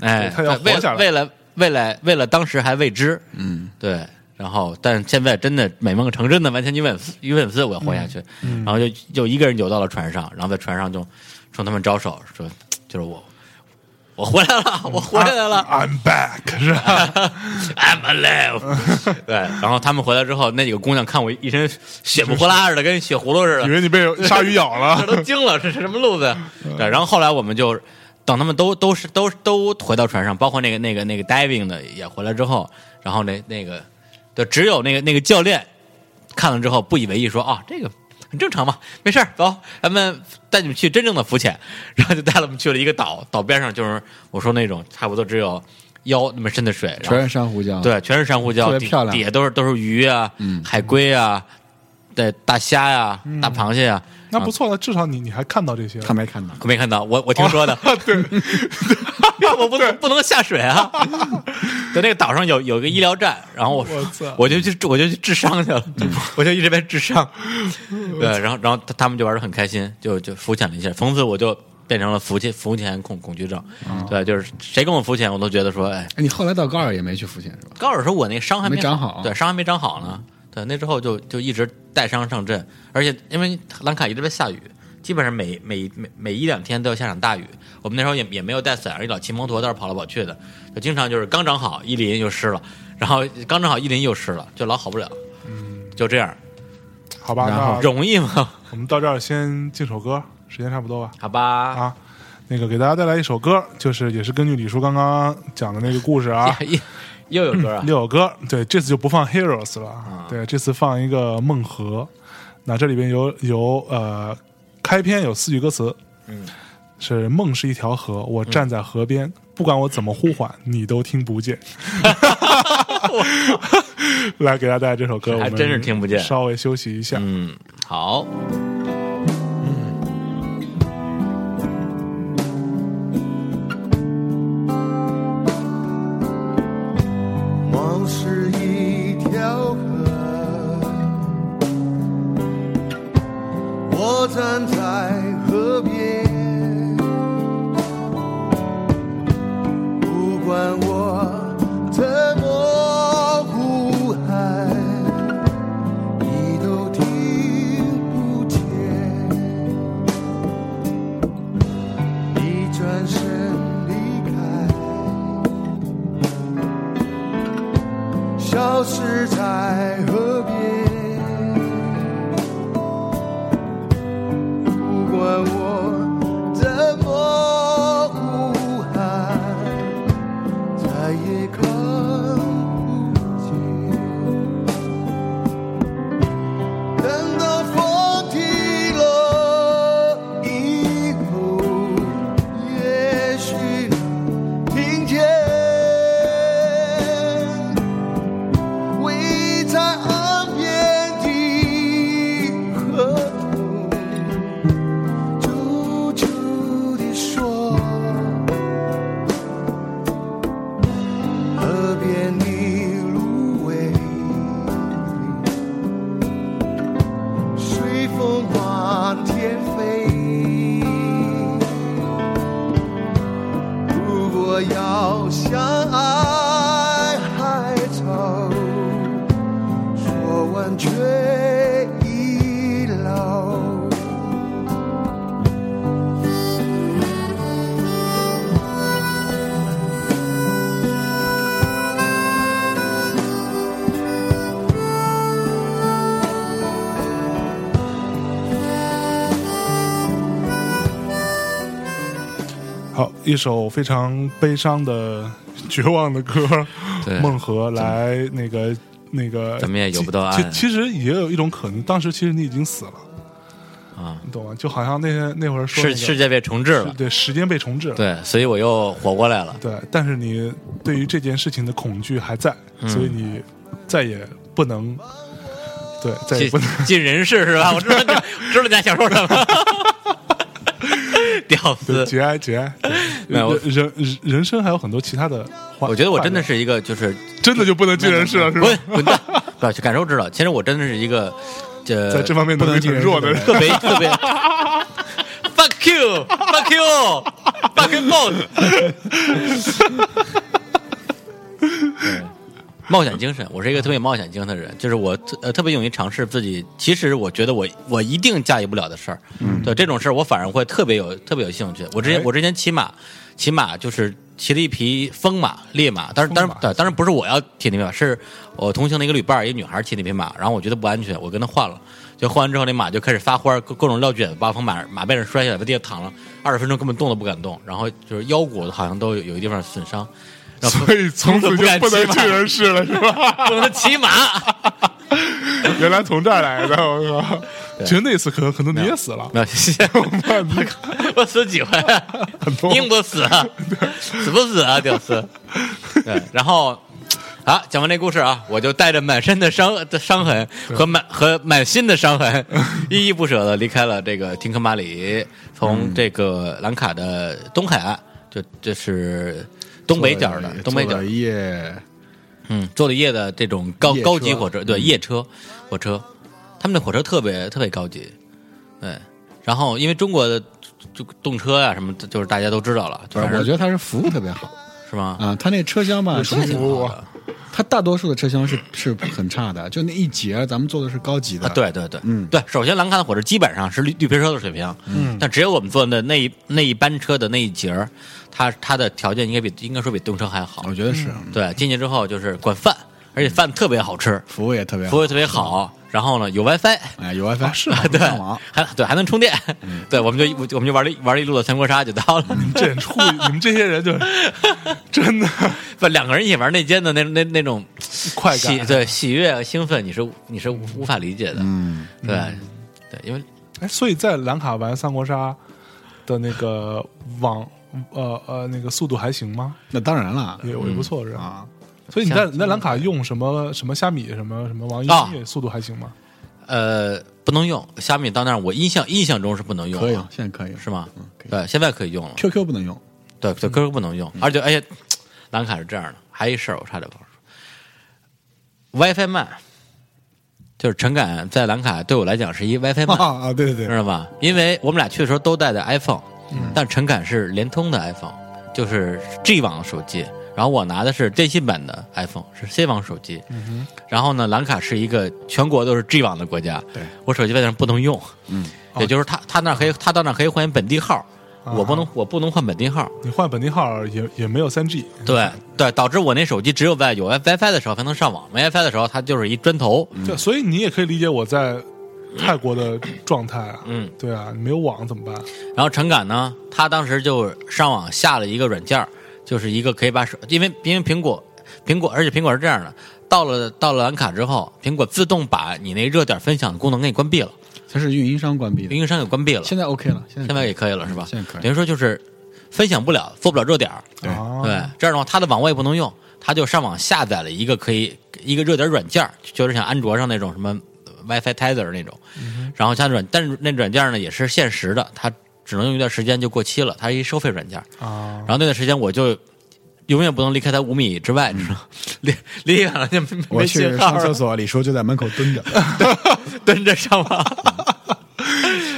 B: 哎，
A: 他要
B: 为
A: 活下来
B: 为了为了为了当时还未知，嗯，对。然后，但现在真的美梦成真的，完全女粉丝，女粉丝，我要活下去。
A: 嗯
B: 然后就就一个人游到了船上，然后在船上就冲他们招手说：“就是我，我回来了，我回来了。
A: 啊 I'm back 是吧？
B: I'm alive。对，然后他们回来之后，那几个姑娘看我一身血不呼啦似的，跟血葫芦似
A: 以
B: 的，
A: 为你被鲨鱼咬
B: 这
A: 了，
B: 都惊了，这是什么路子呀？
C: 嗯
B: 对，然后后来我们就等他们都都是都都回到船上，包括那个那个那个 diving 的也回来之后，然后那那个对，只有那个那个教练看了之后不以为意说，啊，这个。很正常嘛，没事儿，走，咱们带你们去真正的浮潜，然后就带了我们去了一个岛，岛边上就是我说那种差不多只有腰那么深的水，然后
C: 全是珊瑚礁。，
B: 对，全是珊瑚礁，
C: 特别
B: 底
C: 漂亮嗯
B: 底下都是都是鱼啊，海龟啊，对，大虾呀、大螃蟹呀、
A: 那不错了，至少你你还看到这些了
C: 看没看到？
B: 我没看到，我我听说的，
A: 哦
B: 对，我不能不能下 水啊，在那个岛上有有一个医疗站，然后我
A: 我操嗯
B: 我就去我就去治伤去了，我就一直被治伤，对，然后然后他他们就玩的很开心，就就浮潜了一下，从此我就变成了浮潜浮潜恐恐惧症，
A: 哦
B: 对，就是谁跟我浮潜，我都觉得说，哎，
C: 哎，你后来到高二也没去浮潜是吧？
B: 高尔说我那个伤还
C: 没长好嗯
B: 对，伤还没长好呢。对，那之后就就一直带伤上阵，而且因为兰卡一直在下雨，基本上每每每每一两天都要下场大雨。我们那时候也也没有带伞，而且老骑摩托，到处跑来跑去的，就经常就是刚长好一淋又湿了，然后刚长好一淋又湿了，就老好不了。嗯，就这样。
A: 好吧，
B: 然后
A: 那
B: 容易吗？
A: 我们到这儿先进首歌，时间差不多吧？
B: 好 吧，，
A: 啊，那个给大家带来一首歌，就是也是根据李叔刚刚讲的那个故事啊
B: 又又有 歌啊，
A: 六首歌，对，这次就不放 Heroes 了，
B: 啊
A: 对，这次放一个梦河。那这里边有有呃，开篇有四句歌词，
B: 嗯，
A: 是梦是一条河，我站在河边，不管我怎么呼唤，你都听不见。 来给大家带来这首歌，
B: 还
A: 我们
B: 真是听不见
A: 稍微休息一下。
B: 嗯，好，
D: 梦是一条河，我站在河边，不管我怎么呼喊，你都听不见。你转身离开。消失在河边。不管我怎么呼喊，再也看不见。等到风停了以后，也许听见。偎在岸边的河童，啾啾地说：“河边的芦苇，随风满天飞。如果要相爱还早，说完却已老。
A: 好，一首非常悲伤的、绝望的歌，
B: 对
A: 《梦河》来那个那个，
B: 咱们也游不到
A: 其
B: 岸
A: 其其实也有一种可能，当时其实你已经死了
B: 啊，
A: 你懂吗？就好像那天那会儿说、那
B: 世
A: 个、
B: 世界被重置了，
A: 对时间被重置了，
B: 对，所以我又活过来了，
A: 对，但是你对于这件事情的恐惧还在，
B: 嗯
A: 所以你再也不能，对，再也
B: 尽
A: 不能。
B: 尽人事是吧？我知道 你，知道你在想说什么， 屌
A: 对，
B: 丝。
A: 节哀节哀，
B: 没有
A: 对人人人生还有很多其他的话。
B: 我觉得我真的
A: 是
B: 是一个就是
A: 真的就不能尽人事了，是吧？
B: 滚滚蛋，不要去感受知道。其实我真的是一个，这
A: 在这方面能力挺弱的人
B: 特别特 别。Fuck you, fuck you, fuck you both。对冒险精神，我是一个特别有冒险精神的人，就是我特呃特别勇于尝试自己。其实我觉得我我一定驾驭不了的事儿，对这种事儿我反而会特别有特别有兴趣。我之前
A: 嗯哎
B: 我之前骑马，骑马就是骑了一匹疯马烈马，当然当
A: 疯
B: 然
A: 马
B: 对，呃当然不是我要骑那匹马，是我同行的一个旅伴儿，一个女孩儿骑那匹马，然后我觉得不安全，我跟她换了。就换完之后，那马就开始发花，各各种撂蹶子，把从马马背上摔下来，在地下躺了二十分钟，根本动都不敢动。然后就是腰骨好像都有有一地方损伤，然后
A: 所以从此就
B: 敢
A: 不
B: 骑
A: 能
B: 马
A: 尽人事了，是吧？
B: 不能骑马。
A: 原来从这儿来的，我靠！其实那次可能可 能你也死了，
B: 没有，谢谢。 我死几回？
A: 多
B: 硬不死，啊死不死啊，屌丝。对，然后啊，讲完这故事啊，我就带着满身的伤的伤痕和满和满心的伤痕， 依依不舍的离开了这个廷克马里，从这个兰卡的东海岸，就这是东北角的东北角
C: 的夜，
B: 嗯，坐了夜的这种高
C: 夜车嗯
B: 高级火车，对，夜车火车，他们的火车特别特别高级，对。然后因为中国的就动车啊什么，就是大家都知道了，
C: 不是
B: 反
C: 我
B: 正
C: 觉得他是服务特别好
B: 是吗？啊
C: 啊，他那车厢吧，
B: 有车
C: 其实
B: 挺好的
C: 它大多数的车厢是是很差的，就那一节咱们坐的是高级的，
B: 啊，对对对，
C: 嗯
B: 对。首先，兰卡的火车基本上是绿绿皮车的水平，嗯，但只有我们坐的那一那一班车的那一节儿，它它的条件应该比应该说比动车还好
C: 我。
B: 嗯
C: 觉得是、
B: 对，进去之后就是管饭，而且饭特别好吃，
C: 服务也特别好嗯
B: 服。务特别好，然后呢有 WiFi，
C: 哎，有 WiFi 是
B: 啊对，
C: 上网，
B: 还对还能充电， 对，我们就我就我们就玩了一玩了一路的三国杀就到了，
A: 嗯这人畜，你们这些人就是真的
B: 不两个人一起玩内奸的那那那种
A: 快
B: 喜
A: 感。啊
B: 对喜悦兴奋，你是你是无无法理解的，嗯，对对，因为
A: 哎，所以在兰卡玩三国杀的那个网，呃呃，那个速度还行吗？
C: 那当然了
A: 也也不错是吧？
C: 啊，
A: 所以你在
B: 像
A: 你在兰卡用什么什么虾米什么什么网
B: 啊
A: 易音乐速度还行吗？
B: 呃不能用虾米到那儿，我印象印象中是不能用
C: 可以
B: 啊，，
C: 现在可以
B: 是吗
C: 嗯，可以。
B: 对，现在可以用了，
C: QQ 不能用，
B: 对对，歌不能用，而且哎呀，兰卡是这样的，还有一事儿我差点忘了，WiFi 慢，就是陈敢在兰卡对我来讲是一 WiFi 慢，
C: 啊啊，对对
B: 知，道吧？因为我们俩去的时候都带的 iPhone，、但陈敢是联通的 iPhone，就是 G 网的手机，然后我拿的是电信版的 iPhone，是 C 网手机。然后呢，兰卡是一个全国都是 G 网的国家，
C: 对
B: 我手机为什么不能用？嗯， 也就是他他那儿可以，他到那儿可以换本地号，我不能我不能换本地号。
A: 你换本地号也也没有三 G，
B: 对对，导致我那手机只有在有 WiFi 的时候才能上网，没 WiFi 的时候它就是一砖头。
A: 对，所以你也可以理解我在泰国的状态啊。
B: 嗯，
A: 对啊，你没有网怎么办？
B: 然后陈敢呢，他当时就上网下了一个软件儿，就是一个可以把手，因为因为苹果苹果，而且苹果是这样的，到了到了兰卡之后，苹果自动把你那热点分享的功能给你关闭了，
C: 它是运营商关闭的
B: 运，营商给关闭了，
C: 现在 OK 了，现在
B: 现在也可以了是吧？
C: 现在可以
B: 等于说就是分享不了，做不了热点儿。
C: 对
A: 啊
B: 对，这样的话，他的网我也不能用，他就上网下载了一个可以一个热点软件儿，就是像安卓上那种什么呃 WiFi Tether 那种，
C: 嗯
B: 然后加软，但是那软件呢也是限时的，它只能用一段时间就过期了，它是一收费软件儿。
A: 啊
B: 然，后那段时间我就永远不能离开它五米之外，你知道吗， 离离远了就没
C: 我
B: 没
C: 去
B: 信号
C: 上厕
B: 了，
C: 所，李叔就在门口蹲 着，
B: 蹲着上网。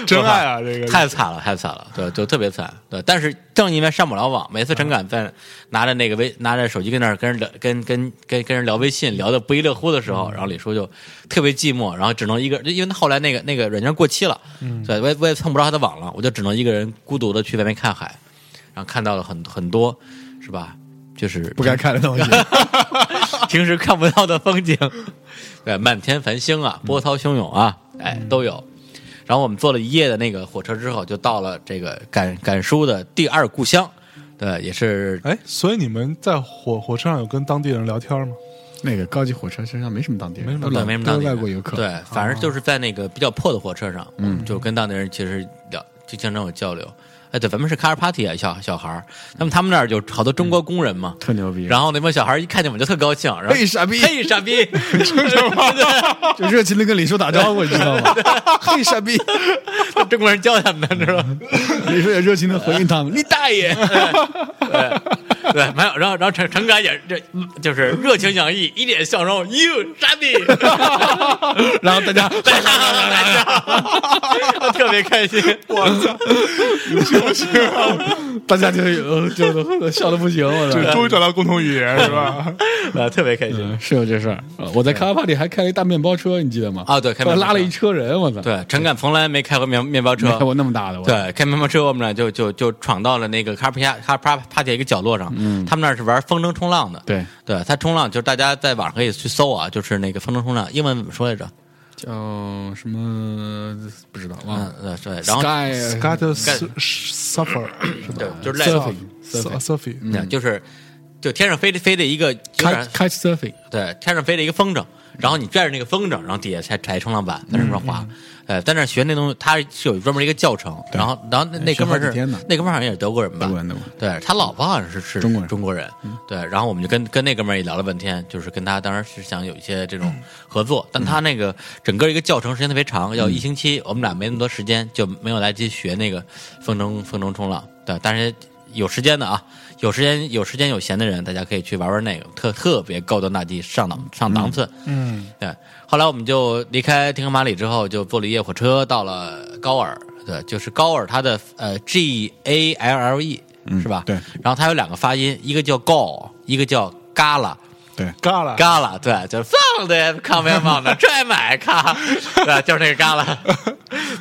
A: 真爱啊，这个
B: 太惨了，太惨了，对，就特别惨，对。但是正因为上不了网，每次陈敢在拿着那个微拿着手机跟那儿跟人聊跟跟跟跟人聊微信，聊的不亦乐乎的时候，然后李叔就特别寂寞，然后只能一个，因为他后来那个那个软件过期了，对，我也我也蹭不着他的网了，我就只能一个人孤独的去外面看海，然后看到了很很多，是吧？就是
C: 不该看的东西。
B: 平时看不到的风景， 对，漫天繁星啊，
C: 嗯
B: 波涛汹涌啊，哎，都有。然后我们坐了一夜的那个火车之后，就到了这个赶赶叔的第二故乡，对，也是
A: 哎，所以你们在火火车上有跟当地人聊天吗？
C: 那个高级火车身上没什么当地人，
A: 没什么
C: 都老
B: 对没什么当
C: 都
B: 地
C: 是
B: 人
C: 外国游客，哦
B: 对，反正就是在那个比较破的火车上，嗯，就跟当地人其实聊，就经常有交流。哎，对，咱们是卡尔帕提亚小小孩儿，那么他们那儿有好多
C: 嗯
B: 中国工人嘛，
C: 特牛逼。
B: 然后那帮小孩儿一看见我们就特高兴，然后
C: 哎嘿傻逼
B: 嘿傻 逼，
C: 就热情的跟李叔打招呼，你知道吗？嘿，傻逼！
B: 中国人教他们的，知道吗？
C: 李叔也热情的回应他们，你 大爷！
B: 对对，没有，然后然后陈陈敢也这就是热情洋溢，一脸笑容，you 傻逼，
C: 然后大家
B: 大家特别开心，我操，
C: 大家就呃就笑的不行， 我
A: 就
C: 操！
A: 终于找到共同语言是吧？
B: 呃，特别开心。
C: 嗯是有这事儿，啊我在咖啡吧里还开了一大面包车，你记得吗？
B: 啊对开面包车
C: 拉了一车人，我操！
B: 对，陈敢从来没开过面面包
C: 没
B: 车
C: 看，过那么大的，我
B: 对，开面包车我们俩就就就闯到了那个卡普亚卡帕帕提亚一个角落上，嗯，他们那儿是玩风筝冲浪的，
C: 对，
B: 对，他冲浪就是大家在网上可以去搜啊，就是那个风筝冲浪，英文怎么说来着？
C: 叫什么不知道忘
B: 嗯
C: 了。，
B: 呃对，然后
C: Sky 呃
A: Scott suffer 是吧
B: 对，就是赖
C: surfing surfing
A: ？Surfing
B: 对，就是就天上飞的飞的一个，有
C: kite
B: 点
C: kite surfing
B: 对，天上飞了一个风筝，然后你拽着那个风筝，然后底下踩踩冲浪板在上
C: 嗯
B: 面滑，呃，在那儿学那东西，他是有专门一个教程，然后然后那那
C: 哎学
B: 哥们儿
C: 好几
B: 是
C: 天呢
B: 那哥们儿好像也是德国人吧？
C: 德国人德国人
B: 对他老婆好像是是
C: 中国人嗯
B: 中国人，对，然后我们就跟跟那哥们儿也聊了半天，就是跟他当时是想有一些这
C: 嗯
B: 种合作，但他那个整个一个教程时间特别长，
C: 嗯
B: 要一星期，我们俩没那么多时间，就没有来得及学那个风筝风筝冲浪，对，但是有时间的啊，有时间有时间有闲的人，大家可以去玩玩那个，特特别高端大气，上档上档次，
A: 嗯，
B: 对，后来我们就离开廷克马里之后，就坐了一夜火车到了高尔。对，就是高尔，它的呃 G A L L E 是吧？
C: 对。
B: 然后它有两个发音，一个叫 Gall，一个叫 Gala。
A: 嘎啦
B: Gala，对，就是放的康威放 的拽买咖，对，就是那个 Gala。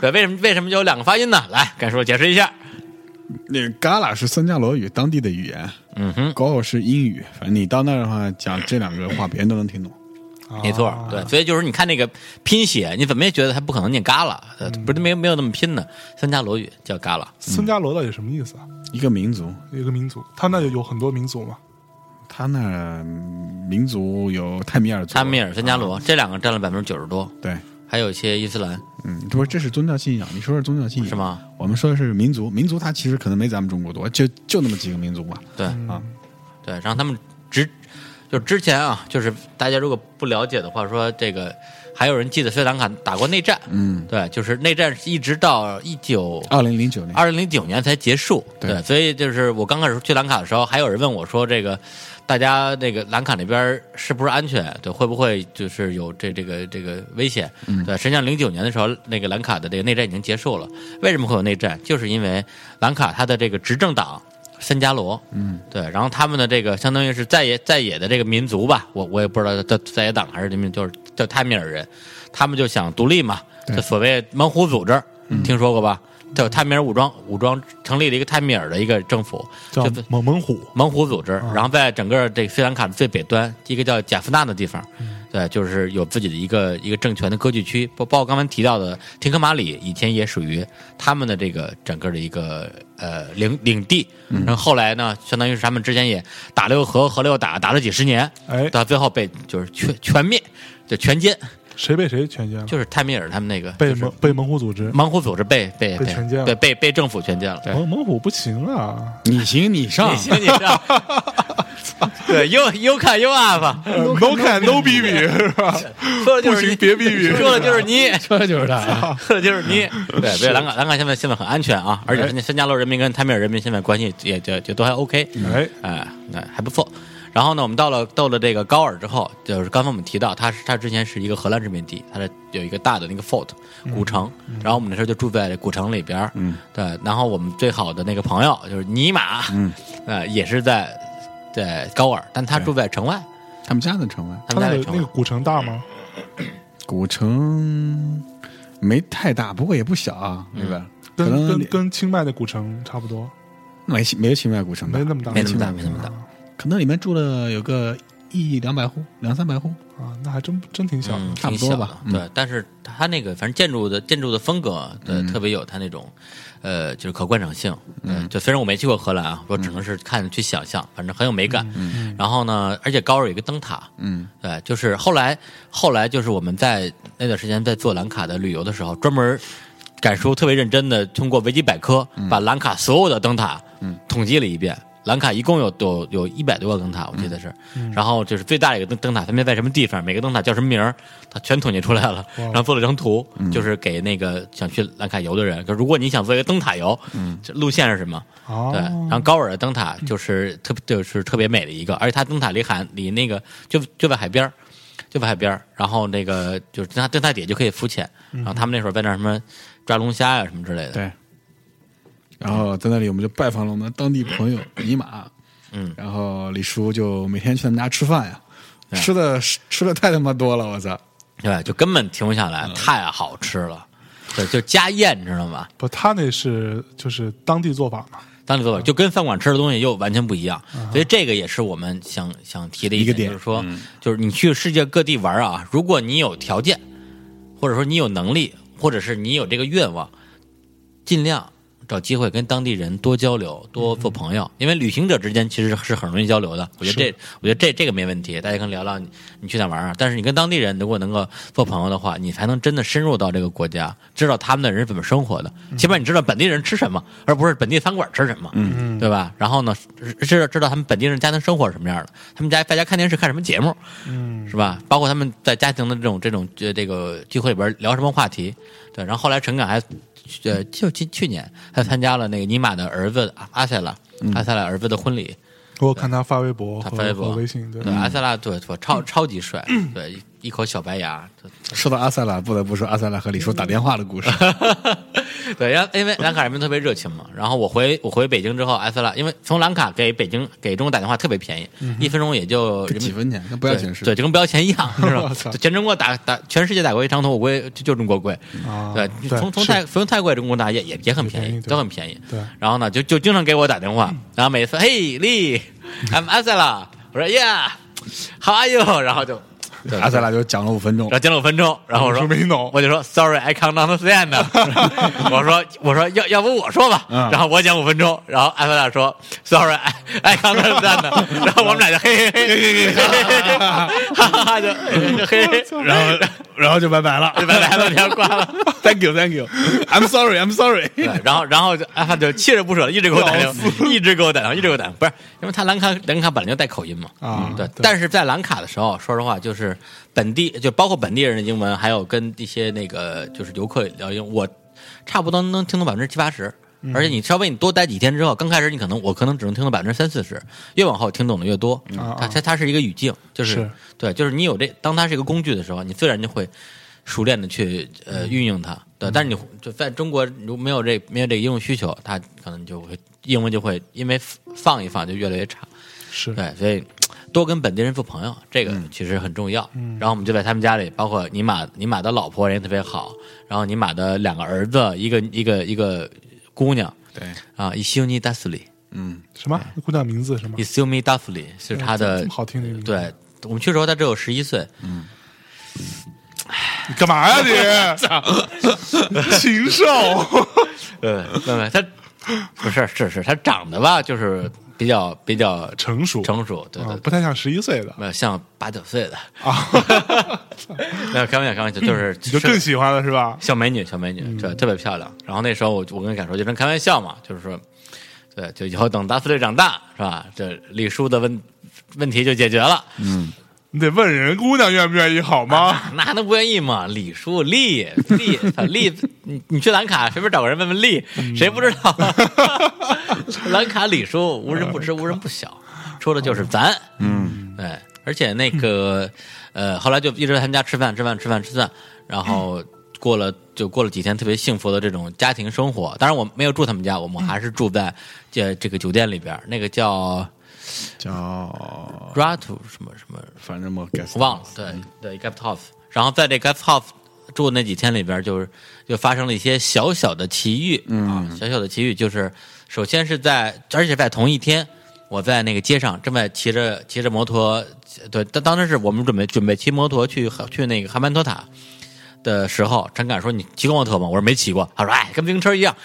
B: 对，为什么为什么有两个发音呢？来，甘叔解释一下。
C: 那个 Gala 是僧伽罗语当地的语言，
B: 嗯哼，
C: Go 是英语，反正你到那儿的话，讲这两个话，别人都能听懂。
A: 啊
B: 没错儿，
A: 嗯
B: 对，所以就是你看那个拼写，你怎么也觉得他不可能念旮旯，呃不是没有没有那么拼的。僧伽罗语叫旮旯，
A: 僧伽罗到底什么意思啊？
C: 一个民族，
A: 一个民族，他那有有很多民族嘛？
C: 他那儿嗯民族有泰米尔族，
B: 丹米尔、僧伽罗这两个占了百分之九十多，
C: 对，
B: 还有一些伊斯兰，
C: 嗯，这不是这是宗教信仰，你说是宗教信仰
B: 是吗？
C: 我们说的是民族，民族它其实可能没咱们中国多，就就那么几个民族吧。
B: 对
C: 啊，
B: 对，让他们直就之前啊，就是大家如果不了解的话，说这个还有人记得斯里兰卡打过内战，
C: 嗯，啊
B: 对，就是内战一直到一九
C: 二零零九年，
B: 二零零九年才结束，
C: 对
B: 对，所以就是我刚开始去兰卡的时候，还有人问我说，这个大家那个兰卡那边是不是安全？对，会不会就是有这这个这个危险？对，实际上零九年的时候，那个兰卡的这个内战已经结束了。为什么会有内战？就是因为兰卡它的这个执政党森加罗，嗯，对，然后他们的这个相当于是在野在野的这个民族吧，我我也不知道叫在野党还是什么，就是叫泰米尔人，他们就想独立嘛，
C: 对
B: 这所谓猛虎组织，听说过吧？叫泰米尔武装武装成立了一个泰米尔的一个政府，
A: 叫
B: 就
A: 猛猛虎，
B: 猛虎组织，
A: 啊
B: 然后在整个这个斯里兰卡的最北端，一个叫贾夫纳的地方，
A: 嗯
B: 对，就是有自己的一个一个政权的割据区，包包括刚才提到的廷克马里，以前也属于他们的这个整个的一个呃领领地，
A: 嗯
B: 然后后来呢，相当于是他们之前也打了又和，和了又打，打了几十年，
A: 哎
B: 到最后被就是全全灭，就全歼，
A: 谁被谁全歼了？
B: 就是泰米尔他们那个
A: 被
B: 就是
A: 猛被猛虎组织，
B: 猛虎组织被被
A: 被全歼了
B: 对被被政府全歼了，对。
A: 猛猛虎不行啊，
C: 你行你上
B: 你，行你上， 对，you you can you up，
A: 呃 no can no bb 是吧？
B: 说的就是
A: 不
B: 你
A: 行别逼逼
B: 说的就是你，
C: 说的就是他。
B: 说的就是你。 对，所以兰卡兰卡现在现在很安全啊，而且人家新加坡人民跟泰米尔人民现在关系也就就都还 OK，
A: 哎，
B: 哎，那还不错。然后呢，我们到了到了这个高尔之后，就是刚才我们提到，它是它之前是一个荷兰殖民地，它的有一个大的那个 fort 古城，然后我们那时候就住在这古城里边嗯，对。然后我们最好的那个朋友就是尼玛，嗯，呃，也是在在高尔，但他住在城外，
C: 他们家的城外，
B: 他
A: 他
B: 们家
A: 那
B: 在
A: 个
B: 城
A: 那
B: 外
A: 个。古城大吗？
C: 古城没太大，不过也不小啊，那边可
A: 跟
C: 能
A: 跟跟清迈的古城差不多，
C: 没没有清迈古城大
A: 没，那么大，
B: 嗯没那么大
A: 清迈
B: 没那么大
C: 可能里面住了有个一两百户、两三百户。
A: 啊，那还真真挺小的。
B: 嗯，
C: 差
B: 挺
C: 不多
B: 小的
C: 吧嗯
B: 对，但是它那个反正建筑的建筑的风格，对，特别有它那种，呃，就是可观赏性。嗯，就虽然我没去过荷兰啊，我只能是看去想象，反正很有美感。嗯，然后呢，而且高尔有一个灯塔。
C: 嗯，
B: 对，就是后来后来就是我们在那段时间在做兰卡的旅游的时候，专门赶叔特别认真的通过维基百科把兰卡所有的灯塔统计了一遍。兰卡一共有有有一百多个灯塔，我记得是。然后就是最大的一个灯灯塔分别在什么地方，每个灯塔叫什么名儿，他全统计出来了，然后做了一张图，就是给那个想去兰卡游的人。可如果你想做一个灯塔游，这路线是什么？
A: 哦
B: 对，然后高尔的灯塔就是特别就是特别美的一个，而且它灯塔离海离那个就就在海边儿，就在海边儿，然后那个就是灯塔灯塔底下就可以浮潜，然后他们那会儿在那儿什么抓龙虾呀、什么之类的，
C: 对。然后在那里，我们就拜访了我们当地朋友尼玛，
B: 嗯，
C: 然后李叔就每天去他们家吃饭呀，吃的吃的太他妈多了，我操！
B: 对，就根本停不下来，太好吃了，对，就家宴，你知道吗？
A: 不，他那是就是当地做法嘛，
B: 当地做法
C: 嗯
B: 就跟饭馆吃的东西又完全不一样，所以这个也是我们想想提的
C: 一个
B: 点，
C: 点
B: 就是说，就是你去世界各地玩啊，如果你有条件，或者说你有能力，或者是你有这个愿望，尽量找机会跟当地人多交流，多做朋友，因为旅行者之间其实嗯是很容易交流的。我觉得这，我觉得这这个没问题，大家可以聊聊你你去哪玩啊。但是你跟当地人如果能够做朋友的话，你才能真的深入到这个国家，知道他们的人是怎么生活的，起码你知道本地人吃什么，而不是本地餐馆吃什么，嗯，对吧？然后呢，知道知道他们本地人家庭生活是什么样的，他们家在家看电视看什么节目，
A: 嗯，
B: 是吧？包括他们在家庭的这种这种这这个聚会里边聊什么话题，对。然后后来陈敢还，呃，就去去年
A: 嗯
B: 还参加了那个尼玛的儿子阿阿塞拉，阿塞拉儿子的婚礼，
A: 我看他发微博
B: 他
A: 和
B: 发微博
A: 和微信，对嗯
B: 对，啊阿塞拉对对超超 级帅，对一一口小白牙，
C: 说到阿塞拉，不得不说阿塞拉和李叔打电话的故事。
B: 对，然后因为兰卡人民特别热情嘛，然后我回我回北京之后，阿塞拉因为从兰卡给北京给中国打电话特别便宜，
A: 嗯
B: 一分钟也就人民
C: 几分钱，那不要紧是。
B: 对，对，就跟不要钱一样，是 吧
A: 我操？
B: 就全中国打打，全世界打过一长途，我估计就就中国贵。
A: 啊
B: 对，
A: 对
B: 从从
A: 是
B: 泰从泰国中国打也也也很
A: 也便
B: 便宜，
A: 宜对
B: 都很便宜。
A: 对
B: 然后呢，就就经常给我打电话，然后每次嘿丽，I'm a s a l a 我说 Yeah，How are you？然后就对
C: 阿塞拉就讲了五分钟
B: 然后，讲了五分钟，然后我说
A: 我说没弄
B: 我就说 sorry I can't understand，我说我说要要不我说吧，
C: 嗯
B: 然后我讲五分钟，然后艾弗拉说 sorry I I can't understand，然后我们俩就嘿嘿嘿嘿嘿嘿嘿，哈哈哈就就嘿嘿，然后
C: 然后就拜 拜了
B: 就拜拜了，电话挂了。
C: ，Thank you，Thank you，I'm sorry，I'm sorry。
B: 对，然后然后就啊，就锲而不舍，一直给我打电话，一直给我打电话，一直给我打电话。不是，因为他兰卡兰卡本来就带口音嘛，
A: 啊
B: 嗯对
A: 对。
B: 但是在兰卡的时候，说实话，就是本地就包括本地人的英文，还有跟一些那个就是游客聊英，我差不多能听懂百分之七八十。
A: 嗯
B: 而且你稍微你多待几天之后，刚开始你可能我可能只能听到百分之三四十，越往后听懂的越多。嗯
A: 啊
B: 它它它是一个语境，就是
A: 是
B: 对，就是你有这，当它是一个工具的时候，你自然就会熟练的去呃运用它。
A: 嗯
B: 对，但是你就在中国如没有这没有这个应用需求，它可能就会英文就会因为放一放就越来越差。
A: 是嗯
B: 对，所以多跟本地人做朋友，这个其实很重要。然后我们就在他们家里，包括尼玛尼玛的老婆人也特别好，然后尼玛的两个儿子，一个一个一个姑娘
C: 对，
B: 啊，伊修尼达斯里，
C: 嗯，
A: 什么姑娘名字什么
B: 伊？修米达斯里是他
A: 哦这
B: 的
A: 么好听的一个名字
B: 对。我们去的时候，他只有十一岁，
A: 你干嘛呀你？ 禽兽！
B: 呃，妹妹，他不是是是，他长得吧，就是比较比较
A: 成熟
B: 成熟，对对
A: 啊，不太像十一岁的
B: 没有像八九岁的，
A: 啊，
B: 没有开玩笑，开玩笑，就是
A: 你就更喜嗯欢了是吧？
B: 小美女，小美女，对，特别漂亮。然后那时候我我跟敢说，就跟开玩笑嘛，就是说，对，就以后等达斯队长大是吧？这李叔的问问题就解决了。
A: 你得问人姑娘愿不愿意好 吗？
B: 那能不愿意吗？李叔，丽丽，操丽，你你去兰卡随便找个人问问丽，谁不知道？ 兰卡李叔无人不知，无人不晓，说的就是咱。嗯，对，而且那个呃，后来就一直在他们家吃饭，吃饭，吃饭，吃饭，然后过了就过了几天特别幸福的这种家庭生活。当然我没有住他们家，我们还是住在这这个酒店里边儿，那个叫
C: 叫
B: Ratu 什么什么。
C: 反正我 guess
B: 我忘了，对对 g a p t o f 然后在这 g a p t o f 住的那几天里边，就是就发生了一些小小的奇遇、啊，小小的奇遇就是，首先是在，而且在同一天，我在那个街上正在骑着骑着摩托，对，当当时是我们准备准备骑摩托去去那个哈曼托塔的时候，陈敢说你骑过摩托吗？我说没骑过，他说哎，跟自行车一样，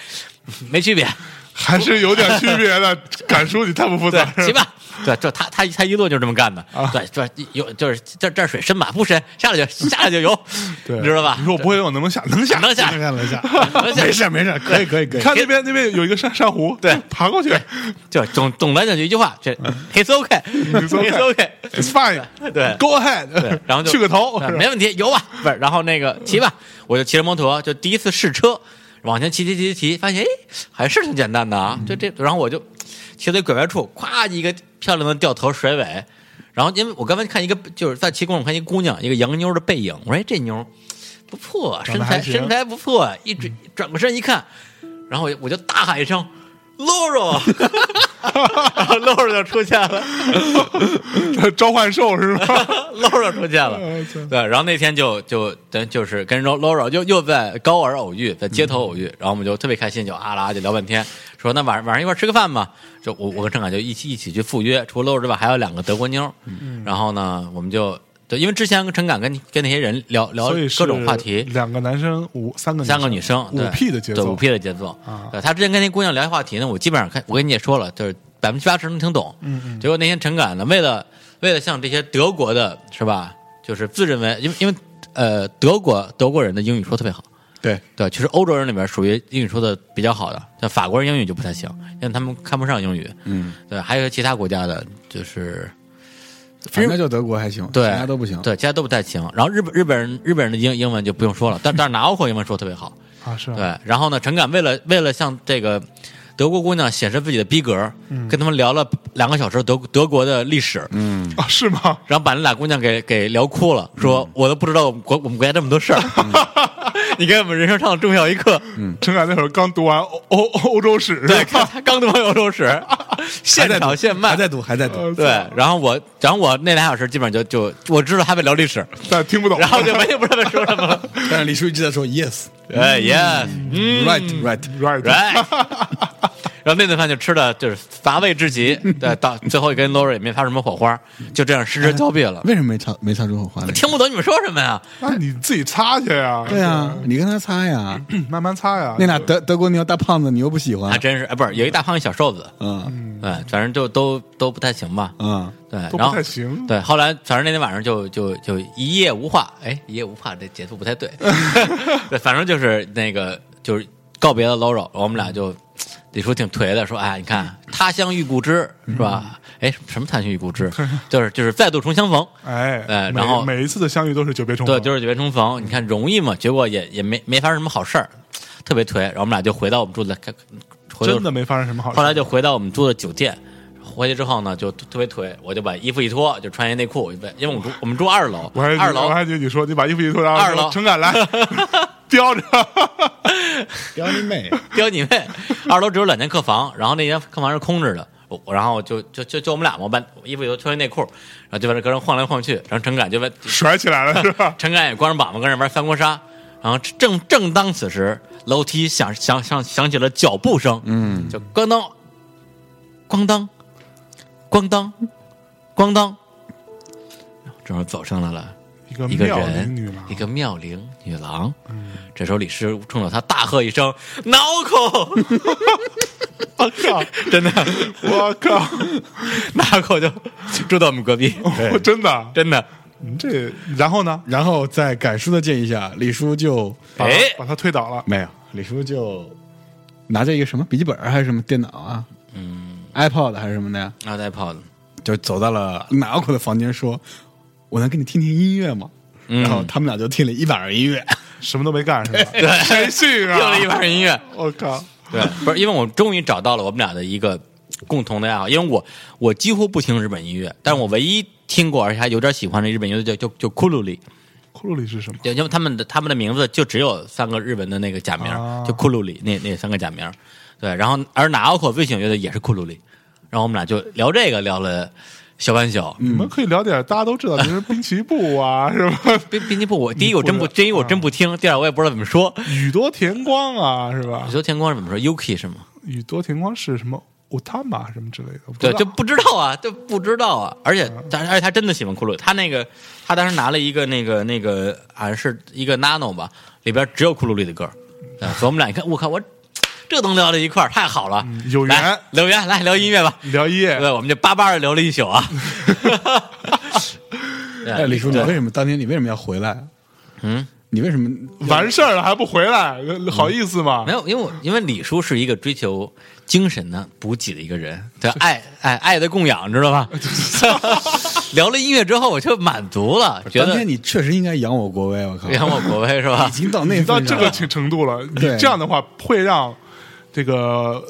B: 没区别，
A: 还是有点区别 的，敢叔你太不 负责
B: 对，
A: 任
B: 骑
A: 了。
B: 吧。对，就他他他一路就这么干的，
A: 啊
B: 对，对，有就是这这儿水深吧，不深，下来就下来就游，
A: 对，
B: 你知道吧
A: 你？说我不会游，能不能下？能下，
B: 能下
C: 看看了一下，
B: 能下
C: 没事没事，可以可以可以
A: 看那边那边有一个珊珊瑚，
B: 对
A: 爬过去
B: 就总总来讲就一句话，这 it's okay,
A: 嗯 It's okay
B: it's okay，
A: ，It's fine，
B: 对
A: ，Go ahead，
B: 对，然后就
A: 去个头，
B: 啊
A: 是吧嗯
B: 没问题，游吧，不是，然后那个骑吧，我就骑着摩托，就第一次试车，往前骑骑骑骑，发现哎，还是挺简单
A: 嗯
B: 的啊，就这，然后我就骑到一拐弯处，咵一个漂亮的掉头甩尾，然后因为我刚才看一个就是在骑公路看一姑娘，一个洋妞的背影，我说哎这妞不错，
A: 长
B: 身
A: 得
B: 材
A: 还行嗯
B: 身材不错，一转转过身一看，然后我就我就大喊一声。Loro，然后 Loro 就出现了，
A: 召唤兽是吧？
B: Laura 出现了
A: 哎对，
B: 对，然后那天就就等就是跟 Laura 又又在高尔偶遇，在街
A: 嗯
B: 头偶遇，然后我们就特别开心，就啊啦就聊半天，说那晚上晚上一块儿吃个饭吧，就我我跟郑凯就一起一起去赴约，除了 Laura 之外还有两个德国妞儿，
A: 嗯
B: 然后呢我们就对，因为之前跟陈敢跟跟那些人聊聊
A: 所以是
B: 各种话题，
A: 两个男生五三个
B: 三个女生，
A: 五
B: 对
A: P 的节奏，
B: 对五 P 的节奏。
A: 啊
B: 对，他之前跟那姑娘聊话题呢，我基本上看，我跟你也说了，就是百分之八十能听懂。嗯嗯。结果那天陈敢呢，为了为了向这些德国的是吧，就是自认为，因为因为呃，德国德国人的英语说特别好，
C: 对，
B: 对，其实欧洲人里边属于英语说的比较好的，像法国人英语就不太行，因为他们看不上英语。
C: 嗯，
B: 对，还有其他国家的，就是
C: 反正就德国还行，
B: 对，
C: 其他都不行，
B: 对，其他都不太行。然后日本日本人日本人的英英文就不用说了，但但是拿破英文说得特别好。
A: 啊是吧？
B: 对，然后呢，陈敢为了为了向这个德国姑娘显示自己的逼格，
C: 嗯
B: 跟他们聊了两个小时德德国的历史，
A: 啊是吗？
B: 然后把那俩姑娘给给聊哭了，
C: 嗯
B: 说、我都不知道我们国我们国家这么多事 儿，你给我们人生上的重要一课。
C: 嗯
A: 陈凯那会儿刚读完欧欧欧洲史，
B: 嗯对，
A: 是吧
B: 他刚读完欧洲史，现炒现 卖嗯
C: 还。在读还在
A: 啊
C: 读，
B: 对，然后我，然后我那俩小时基本上就就我知道他们聊 历史，
A: 但听不懂。哎
B: 然后就完全不知道在说什么了。
C: 但是李叔一直在说 yes
B: 哎，yes，嗯
C: right right
A: right，
B: right。然后那顿饭就吃的就是乏味至极，对，到最后跟 Lori 也没擦什么火花，就这样失之交臂了。
C: 为什么没擦没擦出火花呢？
B: 听不懂你们说什么呀？
A: 那你自己擦去呀，
C: 对呀，你跟他擦呀。
A: 嗯，慢慢擦呀。
C: 那俩德德国牛大胖子，你又不喜
B: 还
C: 欢，
B: 真是，哎，不是有一大胖一小瘦子，
C: 啊嗯
B: 对，反正就都都不太行吧。
C: 嗯，
B: 对，
A: 都不
B: 然后
A: 太行
B: 对，后来反正那天晚上就就就一夜无话，哎，一夜无话这解读不 太对。对，反正就是那个就是告别了 Loro，我们俩就李叔挺颓的，说哎，你看他乡遇故知
A: 嗯
B: 是吧？哎，什么他乡遇故知？就是就是再度重相逢。
A: 哎，
B: 哎
A: 每
B: 然后
A: 每一次的相遇都是久别重逢，
B: 对，就是久别重逢，你看容易吗？结果也也没没发生什么好事儿，特别颓。然后我们俩就回到我们住的，回到
A: 真的没发生什么好事。
B: 后来就回到我们住的酒店，回去之后呢，就特别颓，我就把衣服一脱，就穿一内裤，我就被因为我们住我们住二楼，
A: 我还
B: 二楼
A: 我还以为你说你把衣服一脱，然后
B: 二楼
A: 说陈 敢来叼着，
C: 屌你妹！
B: 刁你妹！二楼只有两间客房，然后那间客房是空着的，我我然后就就就就我们俩嘛，我把衣服一脱，穿一内裤，然后就在那搁那晃来晃去，然后陈敢就把
A: 甩起来 了是吧？
B: 陈敢也光着膀子跟那玩三国杀，然后正正当此时，楼梯响响响响起了脚步声，嗯，就咣当，咣当，咣当，咣当，这时候走上来了。
A: 一个
B: 一个
A: 妙龄
B: 人，
A: 女郎
B: 一，个妙龄女郎。这时候李师冲着他大喝一声：“脑口！” 我靠，真的，
A: 我靠，
B: 脑口就住到我们隔壁，
A: 我真的，
B: 真的。
A: 你这然后呢？
C: 然后在改叔的建议下，李叔就
A: 把
B: 哎
A: 把他推倒了，
C: 没有，李叔就拿着一个什么笔记本儿还是什么电脑啊，嗯，iPod 还是什么的呀，
B: 然后再泡的，
C: 就走到了拿奥克的房间，说：“我能给你听听音乐吗？”
B: 嗯
C: 然后他们俩就听了一晚上音乐，
A: 什么都没干是 吧？谁信
B: 听了一
A: 啊？
B: 半音乐。
A: 我靠，
B: 对，不是因为我终于找到了我们俩的一个共同的爱好，因为我我几乎不听日本音乐，但是我唯一听过而且还有点喜欢的日本音乐叫就就库鲁里，
A: 骷髅里是什么？
B: 对，因为他们的他们的名字就只有三个日文的那个假名，
A: 啊
B: 就库鲁里那那三个假名。对，然后而拿奥口最喜欢乐队也是库鲁里，然后我们俩就聊这个聊了小半小。
A: 你们可以聊点大家都知道的，比如滨崎步啊，是吧？
B: 编编辑部我第一我真不
A: 你不知道啊
B: 第一我真不听，第二我也不知道怎么说。
A: 宇多田光啊，是吧
B: 宇？多田光是怎么说？Yuki 是吗？
A: 宇多田光是什么？乌塔玛啊什么之类的，我不 知
B: 对，
A: 道
B: 就不知道啊，就不知道啊。而且，但而且他真的喜欢库鲁里，他那个他当时拿了一个那个那个好像是一个 Nano 吧，里边只有库鲁里的歌。
C: 嗯
B: 啊，所以我们俩一看，我靠，我这都能聊到一块儿，太好了，
A: 嗯有
B: 来
A: 缘
B: 留言来聊音乐吧。
A: 聊一夜，
B: 对，我们就巴巴的聊了一宿啊。
C: 哎，李叔，你
B: 对
C: 为什么当天你为什么要回来？
B: 嗯，
C: 你为什么
A: 完事儿了还不回来，好意思吗
B: 没？有，因为我因为李叔是一个追求精神的补给的一个人， 对，爱爱爱的供养，知道吧？ 聊了音乐之后，我就满足了，觉
C: 当
B: 得
C: 天你确实应该扬我国威，我 靠，
B: 扬我国威是吧
C: 已？经到那份
A: 到
C: 上
A: 这个程程度了，你
C: 对
A: 这样的话会让这个、呃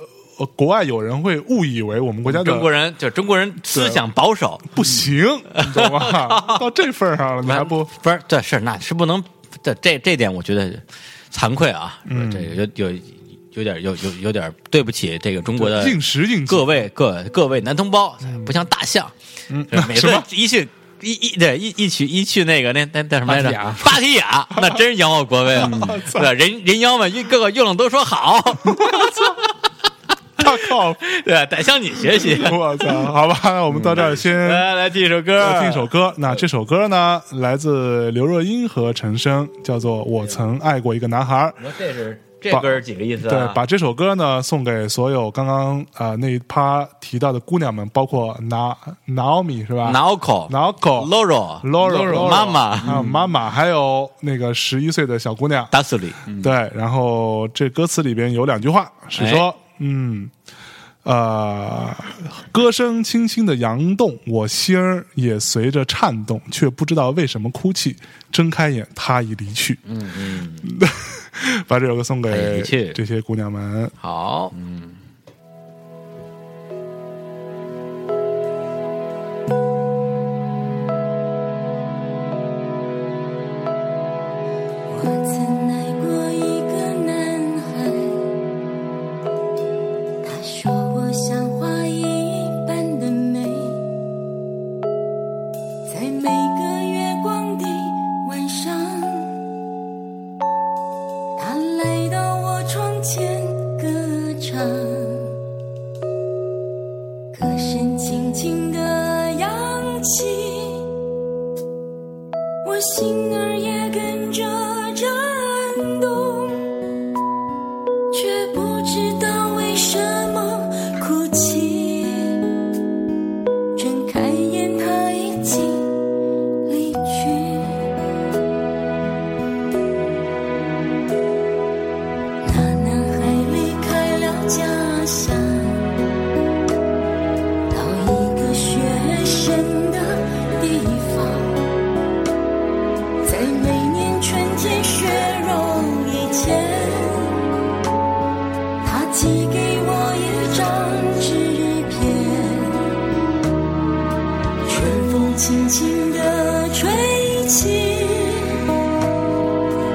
A: 国外友人会误以为我们国家的
B: 中国人就中国人思想保守，
A: 不行，你懂 吗？到这份儿上了，你还不
B: 不是这是那是不能这这这点我觉得惭愧啊，
A: 嗯
B: 这个有有有点有有有点对不起这个中国的
A: 应时应景
B: 各位各各位男同胞，不像大象，这每
A: 嗯什
B: 次
A: 么
B: 一去一一对一一去一去那个那那那什么来
C: 芭
B: 着
C: 提雅？
B: 芭提雅，那真是扬我国威啊！
A: 嗯
B: 对吧，人人妖们各个月亮都说好，
A: 我 靠！
B: 对，得向你学习。
A: 我操！好吧，那我们到这
B: 嗯
A: 儿先
B: 来来，听一首歌，
A: 听一首歌。那这首歌呢，来自刘若英和陈升，叫做《我曾爱过一个男孩》。
B: 我这是这
A: 把
B: 歌是几个意思
A: 对
B: 啊，？
A: 把这首歌呢送给所有刚刚啊、呃那一趴提到的姑娘们，包括拿 Naomi 是吧
B: Naoko
A: Naoko
B: Loro
A: 嗯 Loro
B: 妈妈
A: 还有啊妈妈，还有那个十一岁的小姑娘。
B: 达斯里，
A: 对，然后这歌词里边有两句话是
B: 哎
A: 说，嗯，呃，歌声轻轻的扬动，我心儿也随着颤动，却不知道为什么哭泣。睁开眼，他已离去。嗯嗯， 把这首歌送
B: 他已
A: 给
B: 离去
A: 这些姑娘们。
B: 好，
E: 我曾爱过一个男孩，他说我像花一般的美，在每个月光的晚上，他来到我窗前歌唱。我心儿也跟着颤动，却不知道为什么哭泣。睁开眼，他已经离去。那男孩离开了家乡，到一个雪深的地方，在每年春天雪融以前，他寄给我一张纸片，春风轻轻地吹起。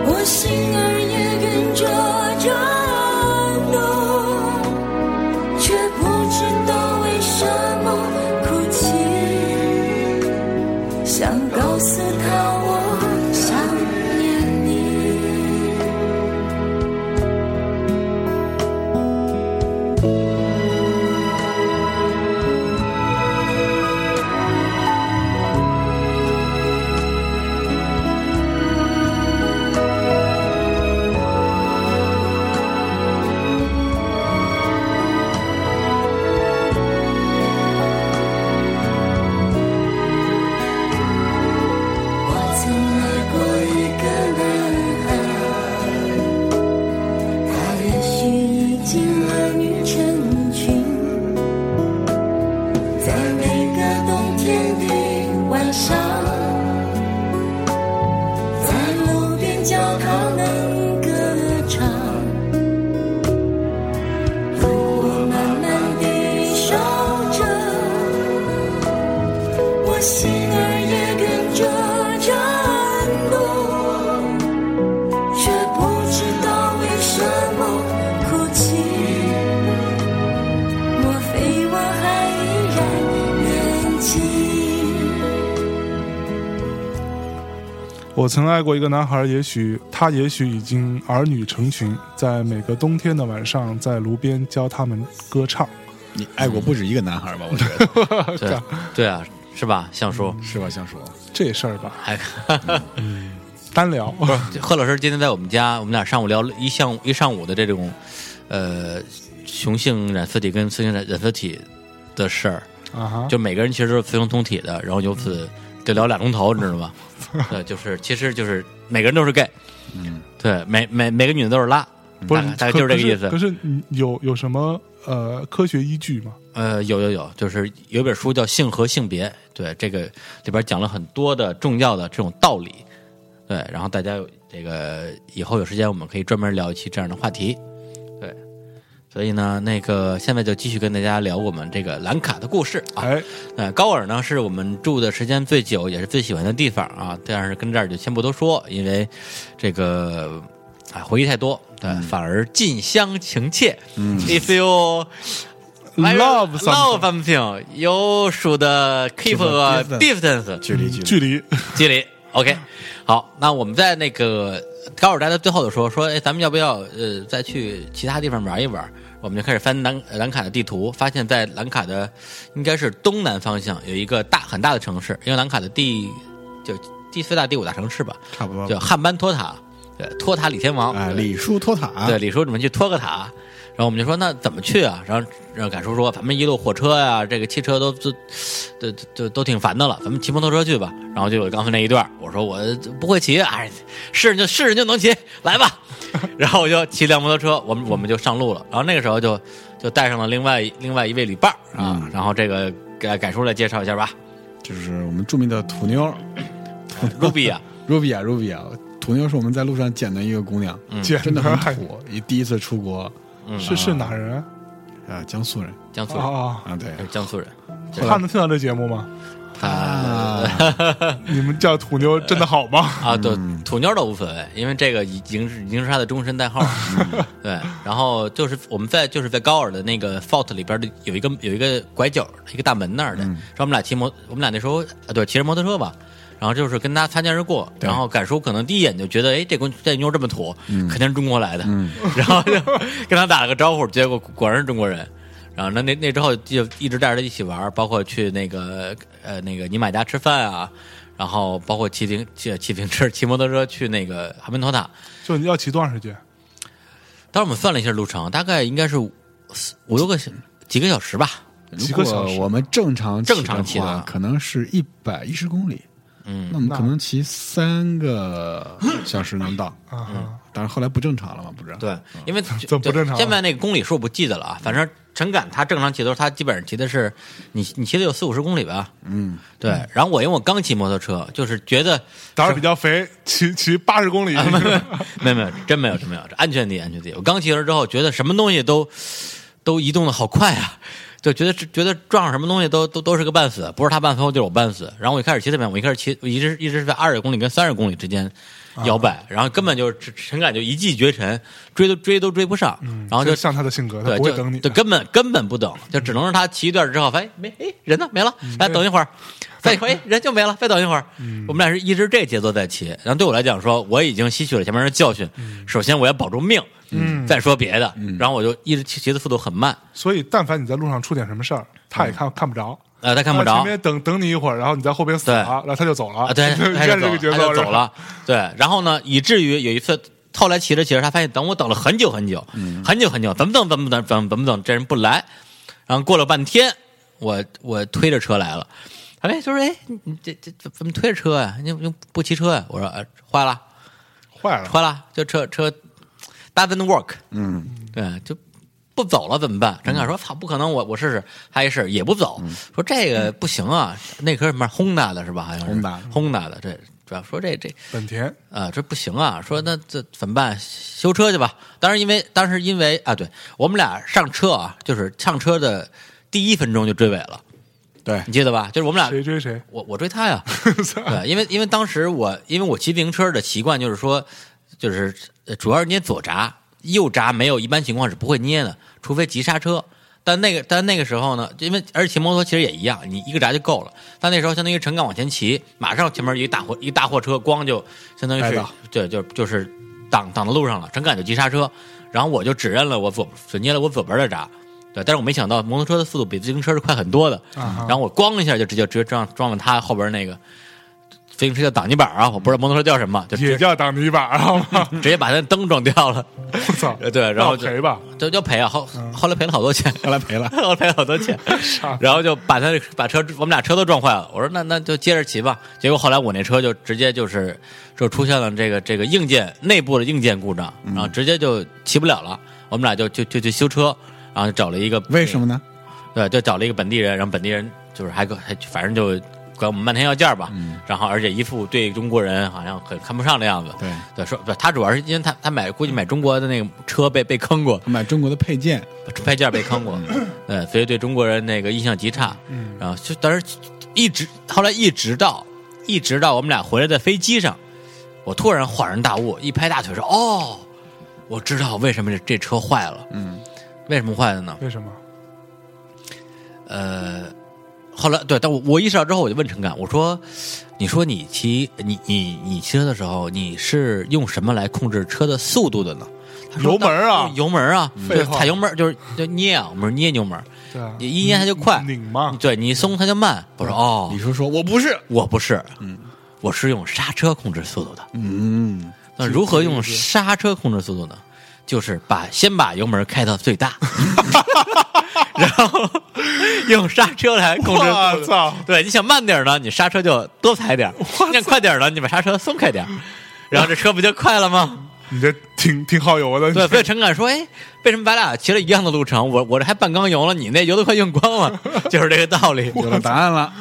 E: 我心儿也跟着颤动，却不知道为什么哭泣，想告诉他我想念你。我曾爱过一个男孩，他也许已经儿女成群，在每个冬天的晚上，在路边教堂能歌唱。如果慢慢地守着。我心儿也跟着颤动，却不知道为什么哭泣。莫非我还依然年轻？
A: 我曾爱过一个男孩，也许他也许已经儿女成群，在每个冬天的晚上，在炉边教他们歌唱。
C: 你爱过不止一个男孩吧？我觉得
B: 对对啊，是吧，向叔？
A: 嗯
C: 是吧，向叔？
A: 这事儿吧，嗯
B: 哎，
A: 单聊。
B: 贺老师今天在我们家，我们俩上午聊了一上一上午的这种，呃，雄性染色体跟雌性染染色体的事儿，
A: 啊嗯哈，
B: 就每个人其实都是雌雄同体的，然后由此就聊俩钟头，你知道吗？对，就是其实就是每个人都是 gay，嗯，对，每每每个女的都是拉，
A: 不是
B: 大概，大概就是这个意
A: 可
B: 思。
A: 是可是你有有什么呃科学依据吗？
B: 呃，有有有，就是有一本书叫《性和性别》，对，这个里边讲了很多的重要的这种道理，对，然后大家有这个以后有时间我们可以专门聊一期这样的话题，对，所以呢，那个现在就继续跟大家聊我们这个兰卡的故事啊，
A: 哎，
B: 呃，高尔呢是我们住的时间最久，也是最喜欢的地方啊。但是跟这儿就先不多说，因为这个啊回忆太多，对，反而近乡情切。嗯，If you
A: Love
B: love something, you should keep a distance，
C: 距离距离
A: 嗯距离
B: 距离。OK，好，那我们在那个高尔待到最后的时候说，哎，咱们要不要呃再去其他地方玩一玩？我们就开始翻兰兰卡的地图，发现在兰卡的应该是东南方向有一个大很大的城市，因为兰卡的第就第四大第五大城市吧，
C: 差不多吧。
B: 叫汉班托塔，对，托塔李天王，
C: 哎，
B: 啊对
C: 李叔托塔，
B: 对，李叔你们去托个塔，然后我们就说那怎么去啊？然后然后赶叔说咱们一路火车呀、这个汽车都都都都都挺烦的了，咱们骑摩托车去吧。然后就有刚才那一段，我说我不会骑，哎，是人就是人就能骑，来吧。 然后我就骑辆摩托车，我们我们就上路了。然后那个时候就就带上了另外另外一位旅伴儿啊，然后这个改改叔来介绍一下吧
C: 就是我们著名的土妞
B: ，Ruby 啊，
C: Ruby 啊 Ruby 啊，土妞是我们在路上捡的一个姑娘，
B: 嗯
A: 简
C: 真的
A: 直
C: 很土，一第一次出国
A: 是是哪人
C: 啊，江苏人
B: 江苏人，
A: 啊？
C: 啊，对，
B: 是江苏人，
A: 他能听到这节目吗？
B: 他。
A: 你们叫土妞真的好吗？
B: 啊，对，土妞都无所谓，因为这个已经是已经是他的终身代号了。对，然后就是我们在就是在高尔的那个 Fort 里边的有一个有一个拐角一个大门那儿的，然后我们俩骑摩我们俩那时候啊对骑着摩托车吧。然后就是跟他擦肩而过，然后感叔可能第一眼就觉得，哎，这姑这妞这么土，肯定是中国来的，然后就跟他打了个招呼，结果果然是中国人，然后那那那之后就一直带着他一起玩，包括去那个呃那个尼玛家吃饭啊，然后包括骑停骑骑自行车、骑摩托车去那个哈门托塔。
A: 就你要骑多长时间？
B: 当时我们算了一下路程，大概应该是五四五六个小几个小时吧。
A: 几
C: 如
A: 个小时
C: 果我们正常
B: 正常骑
C: 骑
B: 的
C: 的话
B: 啊
C: 可能是一百一十公里。嗯，那我们可能骑三个小时能 到。
A: 啊
B: 嗯
A: 哈，
C: 当然后来不正常了嘛，不知道。
B: 对， 因为
A: 嗯怎么不正常啊
B: 现在那个公里数不记得了啊，反正陈敢他正常骑的时候，他基本上骑的是你你骑的有四五十公里吧？嗯，对。然后我因为我刚骑摩托车，就是觉得
A: 胆儿比较肥，骑骑八十公里，
B: 啊 没有没有，真没有真没有，这安全第一安全第一。我刚骑了之后，觉得什么东西都都移动的好快啊，就觉得觉得撞上什么东西都都都是个半死，不是他半死就是我半死。然后我一开始骑特别慢，我一开始骑我一直一直是在二十公里跟三十公里之间摇摆，然后根本就是陈感就一骑绝尘，追都追都追不上，然后就
A: 就像他的性格，他
B: 对，
A: 不会
B: 就
A: 等你啊
B: 对，
A: 的。
B: 根本根本不等，就只能是他骑一段之后，发现没，哎，人呢？没了，
A: 嗯
B: 来等一会儿，再一会儿，哎，人就没了，再等一会儿。我们俩是一直这节奏在骑，然后对我来讲说，我已经吸取了前面的教训，首先我要保住命，嗯，再说别的，然后我就一直骑骑的速度很慢，
A: 所以，但凡你在路上出点什么事儿，他也看看不着，
B: 呃，嗯他看不
A: 他
B: 着
A: 啊前，面等等你一会儿，然后你在后边死
B: 对
A: 了，然后他就走了
B: 啊，对，
A: 你
B: 他
A: 看这个
B: 就
A: 节
B: 走，他
A: 奏
B: 就是
A: 吧
B: 走。了，对。然后呢，以至于有一次，后来骑着骑着，他发现等我等了很久很久，很久很久，怎么等怎么等怎么怎么等，这人不来。然后过了半天，我我推着车来了，他哎，就是哎，你你这这这怎么推着车啊？你怎么不骑车啊？我说、呃、坏了，
A: 坏了，
B: 坏了，这车车 doesn't work，
C: 嗯，
B: 对，就不走了怎么办？陈凯说：“操，不可能，我我试试。”他一试也不走，说这个不行啊，那颗什么轰达的是吧？好像是
C: Honda
B: 轰达的，这主要说这这
A: 本田
B: 啊、这不行啊！说那这怎么办？修车去吧。当时因为当时因为啊，对我们俩上车啊，就是上车的第一分钟就追尾了，
C: 对
B: 你记得吧？就是我们俩
A: 谁追谁？
B: 我我追他呀，对，因为因为当时我因为我骑自行车的习惯就是说，就是呃主要是捏左闸，右闸没有一般情况是不会捏的，除非急刹车。但那个但那个时候呢，因为而且骑摩托其实也一样，你一个闸就够了。但那时候相当于陈刚往前骑，马上前面一大货一大货车，光就相当于
C: 带
B: 是
C: 到
B: 对就就是挡挡到路上了，陈刚就急刹车，然后我就只认了我左只捏了我左边的闸。对，但是我没想到摩托车的速度比自行车是快很多的，
A: 啊哈
B: 然后我咣一下就直接直接撞撞了他后边那个自行车叫挡泥板啊，我不知道摩托车叫什么， 就
A: 也
B: 直
A: 叫挡泥板，好 吗？
B: 直接把他的灯撞掉了，
A: 我操，
B: 呃对然后
A: 那我
B: 就
A: 赔吧，
B: 就就赔啊，后后来赔了好多钱，。
C: 后来赔了
B: 后来赔了好多钱，然后就把他把车我们俩车都撞坏了，我说那那就接着骑吧，结果后来我那车就直接就是就出现了这个这个硬件内部的硬件故障，然后直接就骑不了了，我们俩就就就去修车，然后找了一个
C: 为什么呢？
B: 对，就找了一个本地人，然后本地人就是还给还反正就管我们漫天要价吧，然后而且一副对中国人好像很看不上的样子。
C: 对
B: 对，说不，他主要是因为他他买估计买中国的那个车被被坑过，
C: 他买中国的配件，
B: 拍价被坑过， 对，所以对中国人那个印象极差。然后就当时一直后来一直到一直到我们俩回来在飞机上，我突然恍然大悟，一拍大腿说：“哦，我知道为什么这这车坏了。”嗯，为什么坏了呢？
A: 为什么？
B: 呃，后来对，但我我意识到之后，我就问陈敢，我说：“你说你骑你你你骑车的时候，你是用什么来控制车的速度的呢？”他说
A: 油门啊
B: 油门啊，
A: 废
B: 就
A: 话
B: 踩油门就是就捏啊，我们说捏牛门，
A: 对啊，
B: 你一捏它就快，
A: 拧嗯嘛，
B: 对你一松它就慢。我说哦
C: 李，叔说：“我不是。
B: 我不是，
A: 嗯
B: 我是用刹车控制速度的。”
C: 嗯，
B: 那如何用刹车控制速度呢？就是把先把油门开到 最大，然后用刹车来控制速
A: 我
B: 度。
A: 操，
B: 对，你想慢点儿呢，你刹车就多 踩点儿；想快点儿呢，你把刹车松开点儿，然后这车不就快了吗？
A: 你这挺挺好啊油的，
B: 对，所以陈敢说：“哎，为什么咱俩骑了一样的路程？我我这还半缸油了，你那油都快用光了， 就是这个道理。
C: 有了答案了。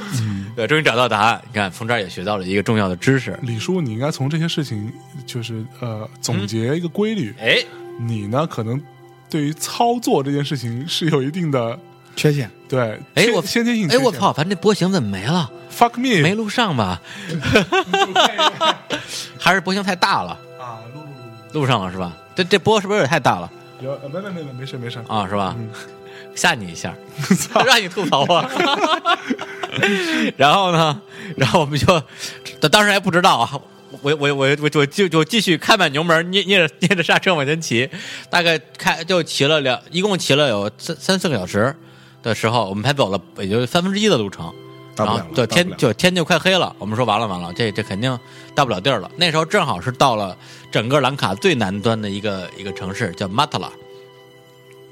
B: 对，终于找到答案。你看，从这儿也学到了一个重要的知识。
A: 李叔，你应该从这些事情就是呃总结一个规律。
B: 哎，
A: 你呢，可能对于操作这件事情是有一定的
C: 缺陷，
A: 对，
B: 哎，
A: 先
B: 我
A: 先哎天性缺
B: 哎，
A: 陷。
B: 我操，咱这波形怎么没了？
A: ，fuck me，
B: 没录 上吧？ 还是波形太大了？
A: 啊，录录
B: 录上了是吧？这这波是不是有点太大了
A: 录，有呃没没没没没事没事，
B: 啊？是吧？ 吓你一下，让你吐槽啊！ 然后呢，然后我们就，当当时还不知道啊。我我我我我就就继续开满油门，捏捏着捏着刹车往前骑，大概开就骑了两，一共骑了有三三四个小时的时候，我们才走了也就三分之一的路程。
A: 大不
B: 然后
C: 啊
A: 了了大
B: 就
A: 不
B: 啊天
A: 了
B: 就天就快黑了，我们说完了完了，这这肯定到不了地儿了。那时候正好是到了整个兰卡最南端的一个一个城市，叫马特拉，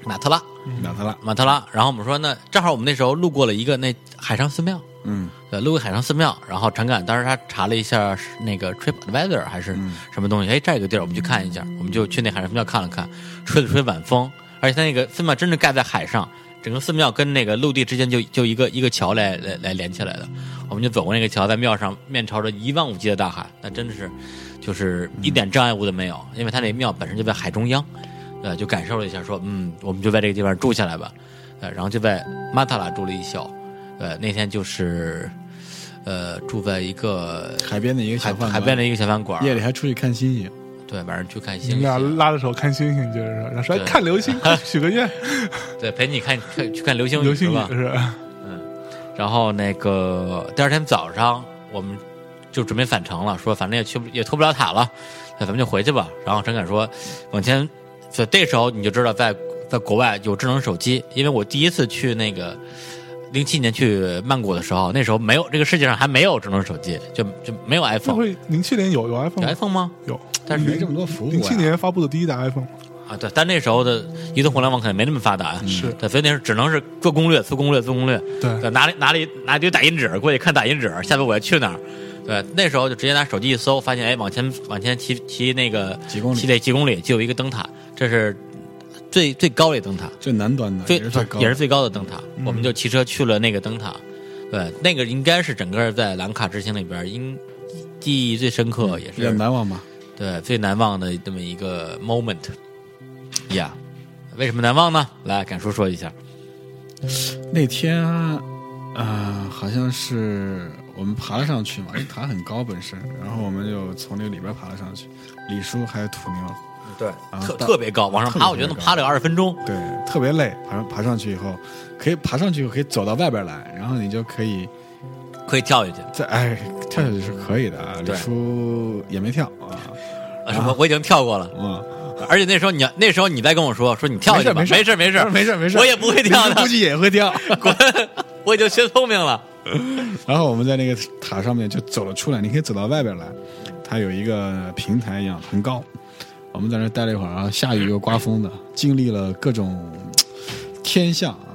B: 马特拉，
C: 哪他了？
B: 马特拉。然后我们说那正好我们那时候路过了一个那海上寺庙，
C: 嗯，
B: 对，路过海上寺庙，然后陈敢当时他查了一下是那个 Trip Advisor 还是什么东西，哎，这个地儿我们去看一下，我们就去那海上寺庙看了看，吹了吹晚风，而且他那个寺庙真的盖在海上，整个寺庙跟那个陆地之间就就一个一个桥来来来连起来的，我们就走过那个桥，在庙上面朝着一望无际的大海，那真的是就是一点障碍物都没有，因为他那庙本身就在海中央，呃，就感受了一下，说嗯，我们就在这个地方住下来吧，呃，然后就在马塔拉住了一宿。呃，那天就是呃，住在一个
C: 海边的一个小
B: 海
C: 饭馆
B: 海边的一个小饭馆儿，
C: 夜里还出去看星星，
B: 对，晚上去看
A: 你
B: 星
A: 们俩
B: 星，
A: 拉着手看星星，接着说，然后说哎
B: 对
A: 看流 星，快许个愿，
B: 对，陪你看看去看流星
A: 流
B: 是
A: 星
B: 吧
A: 雨？是
B: 然后那个第二天早上，我们就准备返程了，说反正也去不也脱不了塔了，那咱们就回去吧。然后陈凯说，往前，所以这时候你就知道在在国外有智能手机，因为我第一次去那个零七年去曼谷的时候，那时候没有这个世界上还没有智能手机，就就没有
A: 那
B: iPhone，
A: 会零七年有有
B: 有
A: iPhone 吗
B: iPhone 吗？
A: 有，
B: 但是
C: 没这么多服务啊。
A: 零七年发布的第一代 iPhone，
B: 啊，对，但那时候的移动互联网可能没那么发达呀，啊
A: 是
B: 对，所以那时候只能是做攻略、做攻略、做攻略，
A: 对
B: 拿了拿了一拿一堆打印纸过去看打印纸，下回我要去哪儿？对，那时候就直接拿手机一搜，发现哎，往前往前骑骑那个
C: 几公里
B: 骑那几公里就有一个灯塔，这是最最高的灯塔，
C: 最南端的，
B: 最
C: 也是最高的，嗯
B: 也是最高的灯塔，我们就骑车去了那个灯塔，对，那个应该是整个在兰卡之行里边应记忆最深刻，也
C: 比
B: 是
C: 较难忘吧？
B: 对，最难忘的这么一个 moment。呀、为什么难忘呢？来，敢叔说一下。
C: 那天啊、呃好像是我们爬了上去嘛，因为塔很高本身，然后我们就从那个里边爬了上去。李叔还有土妞，
B: 对，特
C: 啊大
B: 特别高，往上
C: 特
B: 爬，
C: 别
B: 我觉得能
C: 高
B: 爬了有二十分钟。
C: 对，特别累。爬上爬上去以后，可以爬上去以后可以走到外边来，然后你就可以
B: 可以跳下去。
C: 在哎跳下去是可以的啊。李
B: 对
C: 叔也没跳啊，
B: 呃什么？我已经跳过了。
C: 嗯，
B: 而且那时候你那时候你在跟我说说你跳下去吧，
C: 没
B: 没
C: 事
B: 事没事
C: 没事没事，
B: 我也不会跳
C: 李叔
B: 的
C: 估，计也会跳。
B: 滚！ 我已经学聪明了。
C: 然后我们在那个塔上面就走了出来，你可以走到外边来，它有一个平台一样很高。我们在那儿待了一会儿，然后下雨又刮风的，啊经历了各种嘖天象啊，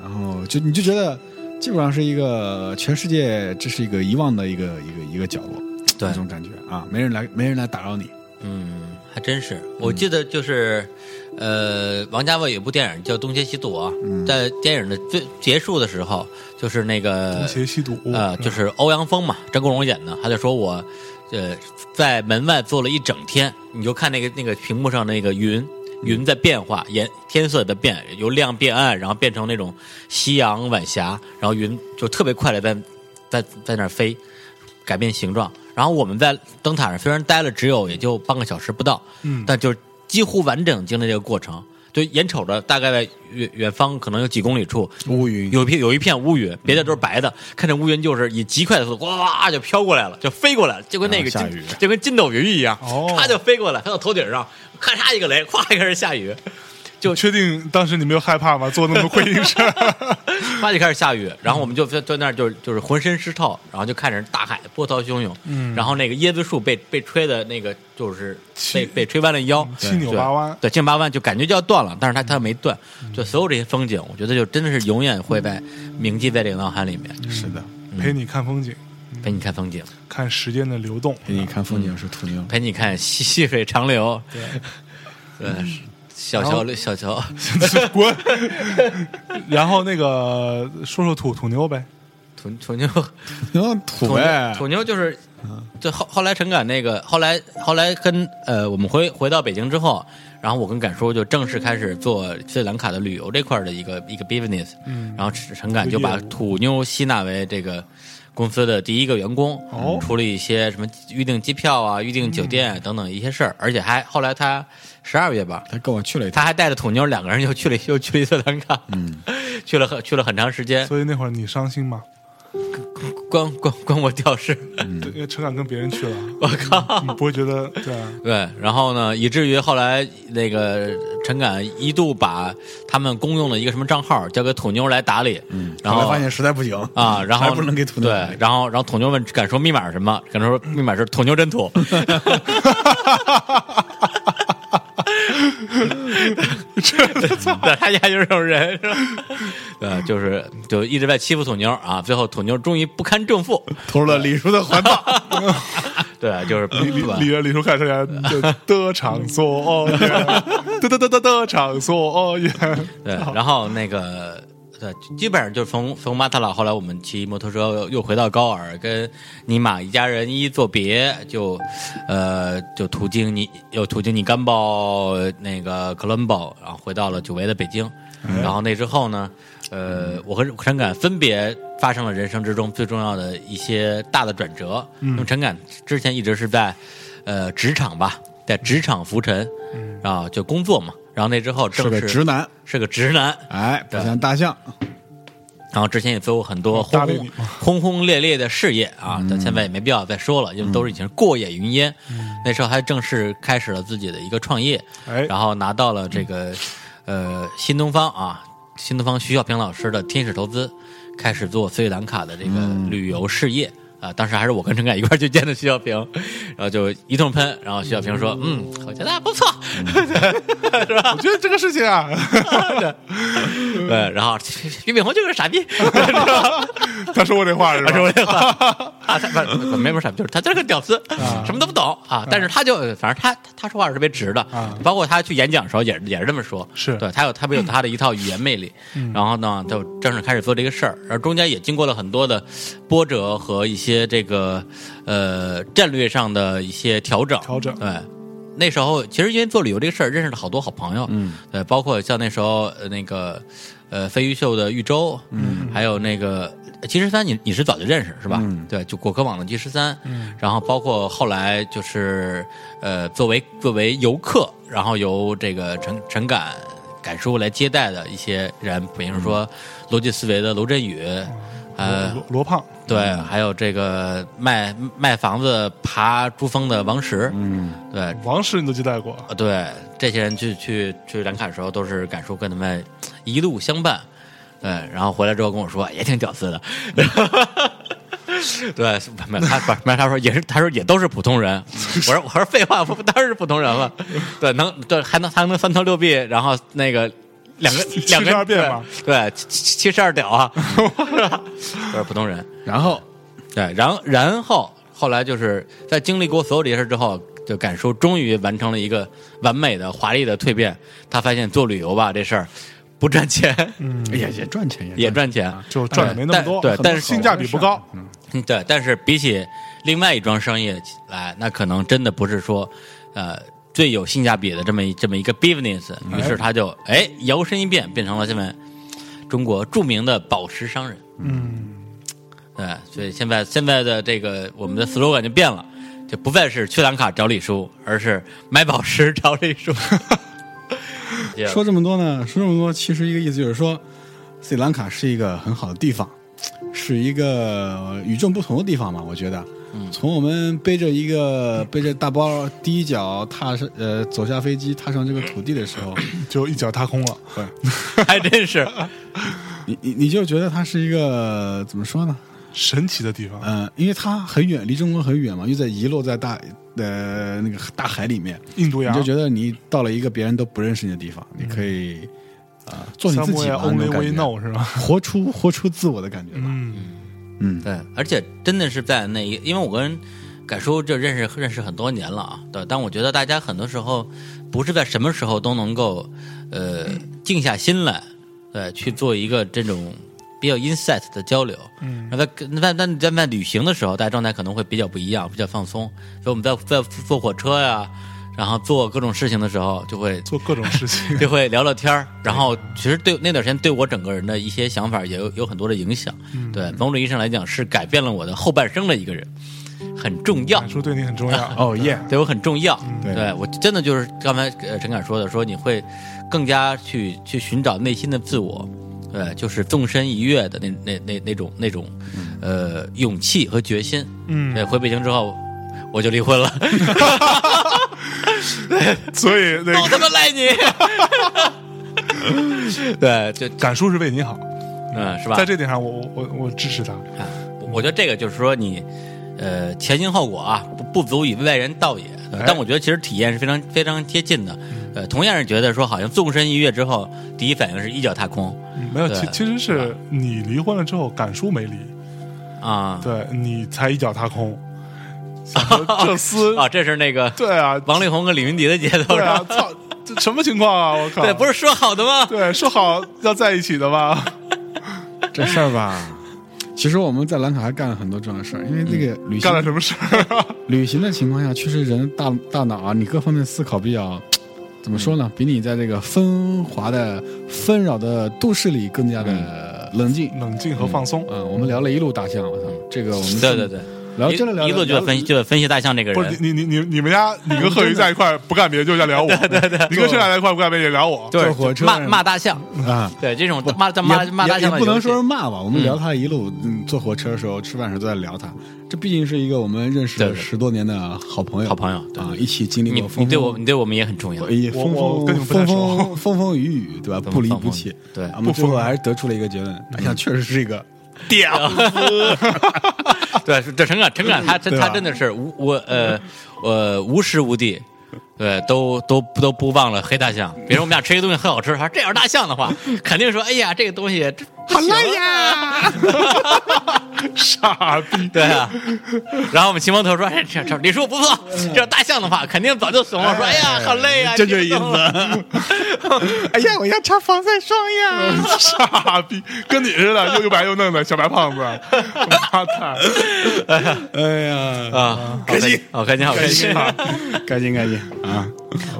C: 然后就你就觉得基本上是一个呃全世界这是一个遗忘的一个一个一个角落，
B: 对
C: 那种感觉啊，没人来没人来打扰你，
B: 嗯，还真是。我记得就是，呃，王家卫有部电影叫《东邪西毒》啊，
C: 嗯
B: 在电影的最结束的时候，就是那个
A: 东邪西毒
B: 呃，就是是欧阳锋嘛，张国荣演的，他就说我，呃，在门外坐了一整天，你就看那个那个屏幕上那个云，云在变化，颜天色在变，由亮变暗，然后变成那种夕阳晚霞，然后云就特别快的在在在那儿飞，改变形状。然后我们在灯塔上虽然待了只有也就半个小时不到，
A: 嗯
B: 但就是几乎完整经历这个过程。就眼瞅着大概在远远方可能有几公里处，
C: 乌云嗯
B: 有一片有一片乌云，别的都是白的，看这乌云就是以极快的速度哇哇哇就飘过来了，就飞过来了，就跟那个
C: 然后
B: 金
C: 啊下雨
B: 就跟筋斗云一样，
A: 哦
B: 唰就飞过来，飞到头顶上，咔嚓一个雷，咵一开始下雨，就
A: 确定当时你没有害怕吗？做那么多鬼影事儿，
B: 咵就开始下雨，然后我们就在在那儿就就是浑身湿透，然后就看着大海波涛汹涌，嗯，然后那个椰子树被被吹的那个就是被
A: 七
B: 被吹弯了腰，
A: 七扭
B: 对
A: 八弯
B: 对，正八弯就感觉就要断了，但是它它没断，就所有这些风景，我觉得就真的是永远会在铭记在这个脑海里面，
A: 嗯
C: 是的，
A: 陪你看风景，
B: 陪你看风景。
A: 看时间的流动。
C: 给你看风景是土妞，
B: 陪你看细细水长流。对，小
A: 嗯然
B: 乔
A: 后
B: 刘小 乔，
A: 滚！然后那个说说土土妞呗，
B: 土土妞，
C: 然后 土
B: 土
C: 呗
B: 妞，土妞就是，就后后来陈敢那个，后来后来跟呃，我们回回到北京之后，然后我跟敢叔就正式开始做斯里兰卡的旅游这块儿的一个一个 business，嗯，然后陈敢就把
A: 就业务
B: 土妞吸纳为这个。公司的第一个员工，
A: 哦
B: 处理一些什么预订机票啊、预订酒店啊等等一些事儿，而且还后来他十二月吧，
C: 他跟我去了一趟，
B: 他还带着土妞两个 人又去了又去了一次兰卡，去了很去了很长时间。
A: 所以那会儿你伤心吗？
B: 关关关我吊饰，
A: 对因为陈敢跟别人去了，
B: 我靠！
A: 你不会觉得对啊？
B: 对，然后呢，以至于后来那个陈敢一度把他们公用的一个什么账号交给土妞来打理，嗯，然
C: 后
B: 后
C: 来发现实在不行
B: 啊，然
C: 还
B: 后
C: 不能给土豆
B: 对，然后然后土妞问敢说密码是什么？敢说密码是土妞 真土，对，他家就是这种人，是吧？对，就是就一直在欺负土妞啊，最后土妞终于不堪重负，
C: 投入了李叔的怀 抱。
B: 对，就是
A: 李李李李叔看出来的的场所哦耶，的的的的的场所哦耶，
B: 对，然后那个对，基本上就是从从马塔拉，后来我们骑摩托车又又回到高尔，跟尼玛一家人一一作别，就呃就途经尼又途经尼甘堡那个哥伦堡，然后回到了久违的北京。
C: 嗯
B: 然后那之后呢，呃，我和陈敢分别发生了人生之中最重要的一些大的转折。
C: 嗯
B: 因为陈敢之前一直是在呃职场吧，在职场浮沉，啊，就工作嘛。然后那之后
C: 嗯
B: 正
C: 是个
B: 式
C: 直男，
B: 是个直男。
C: 哎，不
B: 对
C: 像大象，
B: 然后之前也做过很多轰
A: 搭理
B: 轰
A: 你嘛
B: 轰轰烈烈的事业啊，但现在也没必要再说了，因为都是已经过眼云烟。那时候还正式开始了自己的一个创业，
A: 哎
B: 然后拿到了这个呃新东方啊，新东方徐小平老师的天使投资，开始做斯里兰卡的这个旅游事业。啊，当时还是我跟陈凯一块儿去见的徐小平，然后就一通喷，然后徐小平说：“嗯，我觉得不错，
A: 我觉得这个事情啊，嗯
B: 对。”呃然后俞敏洪就是个傻逼， 是吧？
A: 他说过这话是吧？
B: 是我这话啊，他不是没什么傻逼，就是他就是个屌丝，什么都不懂啊。但是他就反正他他他说话是特别直的
A: 啊，
B: 包括他去演讲的时候也是也是这么说，
A: 是嗯
B: 对他有他不有他的一套语言魅力。然后呢，就正式开始做这个事儿，然后中间也经过了很多的波折和一些这个呃战略上的一些调整，
A: 调整
B: 对。那时候其实因为做旅游这个事儿，认识了好多好朋友，嗯，对，包括像那时候呃那个呃飞鱼秀的玉州，嗯，还有那个吉十三你，你是早就认识是吧？嗯，对，就果壳网的吉十三，嗯，然后包括后来就是呃作为作为游客，然后由这个陈陈敢。敢叔来接待的一些人，比如说逻辑思维的罗振宇，呃，
A: 罗罗胖，
B: 对，还有这个卖卖房子爬珠峰的王石，嗯，对，
A: 王石你都接待过，
B: 啊，对，这些人去去去兰卡的时候，都是感受跟他们一路相伴，对，然后回来之后跟我说也挺屌丝的， 对，没他不是没他说也是，他说也都是普通人，我说我说废话，我当然是普通人了，对，能对还能还能三头六臂，然后那个。两个
A: 七
B: 两个
A: 七十二变嘛
B: 对，对七七七十二屌啊， 是吧都是普通人。
C: 然后
B: 对，哎然后然后后来就是在经历过所有这些事之后，就感受终于完成了一个完美的、华丽的蜕变。他发现做旅游吧这事儿不赚钱，
C: 嗯也也赚钱，
B: 也赚钱，
A: 就嗯赚的没那么多，啊
B: 对对哎但是
A: 性价比不高，
B: 嗯对。但是比起另外一桩生意来，那可能真的不是说，呃。最有性价比的这么一这么一个 business，于是他就哎摇身一变，变成了现在中国著名的宝石商人。
A: 嗯，
B: 对，哎所以现在现在的这个我们的 slogan 就变了，就不再是去兰卡找李叔，而是买宝石找李叔。也
C: 说这么多呢，说这么多，其实一个意思就是说，斯里兰卡是一个很好的地方，是一个与众不同的地方嘛。我觉得，
B: 嗯
C: 从我们背着一个背着大包，第一脚踏上呃走下飞机，踏上这个土地的时 候，
A: 就一脚踏空了，
B: 还真是，
C: 你你你就觉得它是一个怎么说呢？
A: 神奇的地方，
C: 嗯、因为它很远，离中国很远嘛，又在遗落在大呃那个大海里面，
A: 印度
C: 你
A: 洋
C: 就觉得你到了一个别人都不认识你的地方，你可以啊、做你自己
A: Somewhere
C: 吧，那
A: only
C: 种感觉
A: we know 是吧？
C: 活出活出自我的感觉吧。
A: 嗯，
C: 嗯，
B: 对，而且真的是在那一，因为我跟改叔就认识认识很多年了啊，对，但我觉得大家很多时候不是在什么时候都能够呃静下心来，对，去做一个这种比较 insight 的交流。嗯，那在在在在在旅行的时候，大家状态可能会比较不一样，比较放松。所以我们在在坐火车呀、然后做各种事情的时候，就会
A: 做各种事 情，
B: 就会聊聊天儿，然后其实对那段时间对我整个人的一些想法也有有很多的影响。对，某种意义上来讲是改变了我的后半生的一个人，很重要
A: 感，触对你很重要，
C: 哦耶，
B: 对我很重要。
A: 嗯
C: 对
B: 对我真的就是刚才呃陈凯说的，说你会更加去去寻找内心的自我，对，就是纵身一跃的那那那那种那种，呃，勇气和决心。
A: 嗯
B: 对，回北京之后我就离婚了，
A: 所以那
B: 老
A: 个
B: 他妈赖 你。对，就
A: 敢叔是为你好，
B: 嗯，是吧？
A: 在这点上我我我我支持他。
B: 啊，我我觉得这个就是说你，呃，前因后果啊，不不足以为外人道也。呃
A: 哎
B: 但我觉得其实体验是非常非常接近的。
C: 嗯
B: 呃，同样是觉得说，好像纵身一跃之后，第一反应是一脚踏空
A: 嗯没有，其
B: 对
A: 其实是你离婚了之后，敢叔没离，
B: 啊
A: 对你才一脚踏 空。想说这厮
B: 啊，这是那个
A: 对啊，
B: 王力宏跟李云迪的节奏
A: 对
B: 是
A: 啊
B: 吧？，
A: 操，这什么情况啊！我靠，
B: 对，不是说好的吗？
A: 对，说好要在一起的吗？
C: 这事儿吧，其实我们在兰卡还干了很多重要的事儿，因为这个旅行
A: 干了什么事儿 啊？
C: 旅行的情况下，确实人大大脑啊，你各方面思考比较，怎么说呢？比你在这个纷华的纷扰的都市里更加的冷静。
A: 冷静和放松。
C: 嗯，我们聊了一路大象，我操，这个我们
B: 对对对，
C: 聊
B: 一
C: 真的聊
B: 一路就在分析
C: 析。
B: 就在分析大象这个
A: 不是
B: 人，
A: 你你你你你们家你跟贺云在一块儿不干别的就在聊我， 对对对，你跟谁俩在一块儿不干别的也聊我，
B: 对
C: 坐火车
B: 骂
C: 上
B: 骂大象，
C: 啊。
B: 对这种骂骂
C: 也
B: 骂大
C: 也
B: 象
C: 也
B: 的
C: 不能
B: 游戏
C: 说是骂吧，我们聊他一路，嗯，坐火车的时候、吃饭的时候都在聊他。这毕竟是一个我们认识
B: 对
C: 了
B: 对
C: 十多年的好朋友，
B: 好朋友对
C: 啊
B: 对，
C: 一起经历
B: 你
C: 过风
B: 你
C: 风
B: 对我你对我们也很重要，
C: 也风
A: 我我
C: 风
A: 跟你们不太
C: 风
A: 熟
C: 风风风雨雨，对吧？
B: 风
C: 不离
B: 风
C: 不
B: 风
C: 弃。啊
B: 对嗯
C: 我们最后还是得出了一个结论：大象确实是一个
B: 屌丝。 对，这陈敢，陈敢，他他
C: 对吧啊
B: 他真的是无我呃呃无时无地。对，都都都不忘了黑大象。比如我们俩吃一个东西很好吃，他说这要是大象的话，肯定说哎呀这个东西这好赖呀。
A: 傻逼，
B: 对啊，然后我们秦王头说哎这这李叔不错，这要大象的话肯定早就怂了，说哎呀好累呀，
C: 这就意啊
B: 你懂了。
C: 思。哎呀，我要擦防晒霜呀！
A: 傻逼，跟你似的又又白又嫩的小白胖子，妈蛋，
C: 哎呀，
B: 啊，开心，好开心，好开心。
A: 啊
C: 开心开心啊！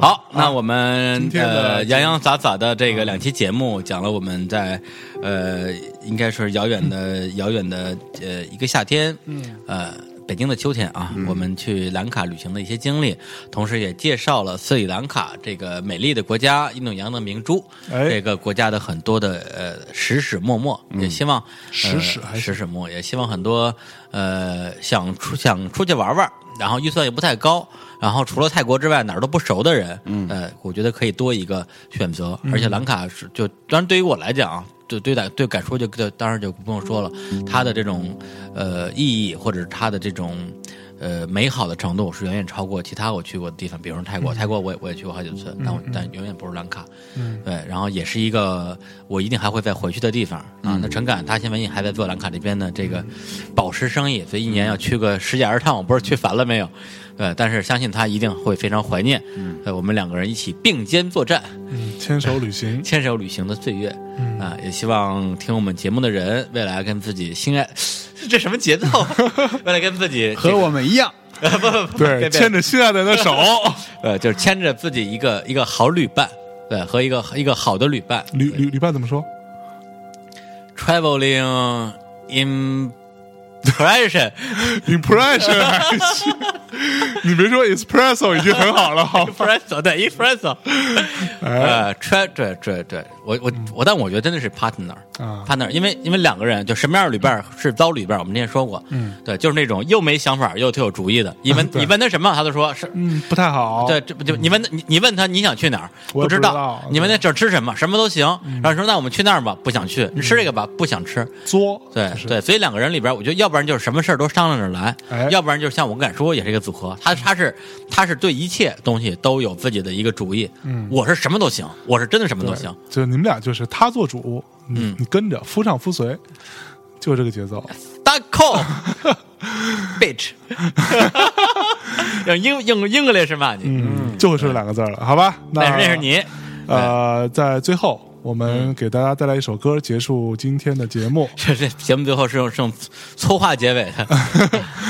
B: 好，那我们
A: 今天的
B: 呃
A: 节
B: 洋洋洒洒的这个两期节目，讲了我们在呃，应该是遥远的
A: 嗯
B: 遥远的呃一个夏天，嗯，呃。北京的秋天啊，
A: 嗯
B: 我们去兰卡旅行的一些经历，同时也介绍了斯里兰卡这个美丽的国家，印度洋的明珠，
A: 哎
B: 这个国家的很多的呃史史默默，也
A: 嗯
B: 希望
A: 史史还
B: 呃、史史默默，也希望很多呃想出想出去玩玩，然后预算也不太高，然后除了泰国之外哪儿都不熟的人，嗯，呃，我觉得可以多一个选择，而且兰卡是就当然对于我来讲啊。对对，对感触就就当然就不用说了，它的这种呃意义或者它的这种呃美好的程度是远远超过其他我去过的地方，比如说泰国，泰国我也我也去过好几次，但我但远远不如兰卡。对，然后也是一个我一定还会再回去的地方啊。那陈敢他现在也还在做兰卡这边的这个宝石生意，所以一年要去个十几二十趟，我不知道去烦了没有。对，但是相信他一定会非常怀念。嗯，我们两个人一起并肩作战，
A: 嗯，牵手旅行，
B: 牵手旅行的岁月。嗯啊，也希望听我们节目的人，未来跟自己心爱，这什么节奏？未来跟自己
C: 和我们一样，
A: 对，牵着心爱的人的 手，
B: 呃，就是牵着自己一个一个好旅伴，对，和一个一个好的旅伴。
A: 旅旅旅伴怎么说？
B: traveling impression
A: impression 还行，你别说 espresso 已经很好了，好
B: impresso 对 impresso，呃，tra
A: 哎
B: 对对对，我我我，但我觉得真的是 partner
A: 嗯啊
B: partner，因为因为两个人就什么样的旅伴是糟旅伴，我们之前说过，嗯，对，就是那种又没想法又挺有主意的，你问你问他什么，他都说是。
A: 嗯，不太好，
B: 对，这不就你问他，你你问他你想去哪儿，
A: 嗯我也
B: 知
A: 不知道嗯
B: 你问他这儿吃什么，什么都行。然后说那我们去那儿吧，不想去；你吃这个吧，不想吃。
A: 作，
B: 对
A: 就是
B: 对，所以两个人里边，我觉得要不然就是什么事儿都商量着来，
A: 哎
B: 要不然就是像我跟敢说也是一个组合，他他是他是对一切东西都有自己的一个主意，嗯，我是什么都行，我是真的什么都行，
A: 就是你们俩就是他做主，你、
B: 嗯
A: 你跟着夫唱夫随，就这个节奏。
B: 大 call bitch，用英用 English 骂你，
A: 嗯，就是两个字儿了，好吧？那
B: 但哎是那是你，
A: 呃，在最后。我们给大家带来一首歌，结束今天的节目，
B: 这这节目最后是用是用粗话结尾 的，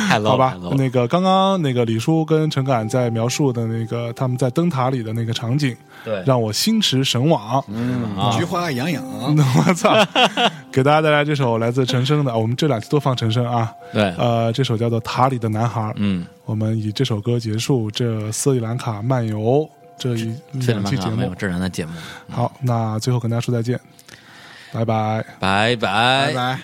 B: 太 low
A: 好
B: 了，
A: 吧
B: 太 low 了，
A: 那个刚刚那个李叔跟陈敢在描述的那个他们在灯塔里的那个场景，
B: 对，
A: 让我心驰神往。
B: 啊
C: 菊花痒痒。
A: 我操！给大家带来这首来自陈升的，我们这两期都放陈升啊。
B: 对
A: 呃，这首叫做《塔里的男孩》。
B: 嗯，
A: 我们以这首歌结束这斯里兰卡漫游这一
B: 非常
A: 两期节
B: 啊棒，没有
A: 目。
B: 正常的节目，
A: 好，那最后跟大家说再见。拜拜。
B: 拜拜
C: 拜拜。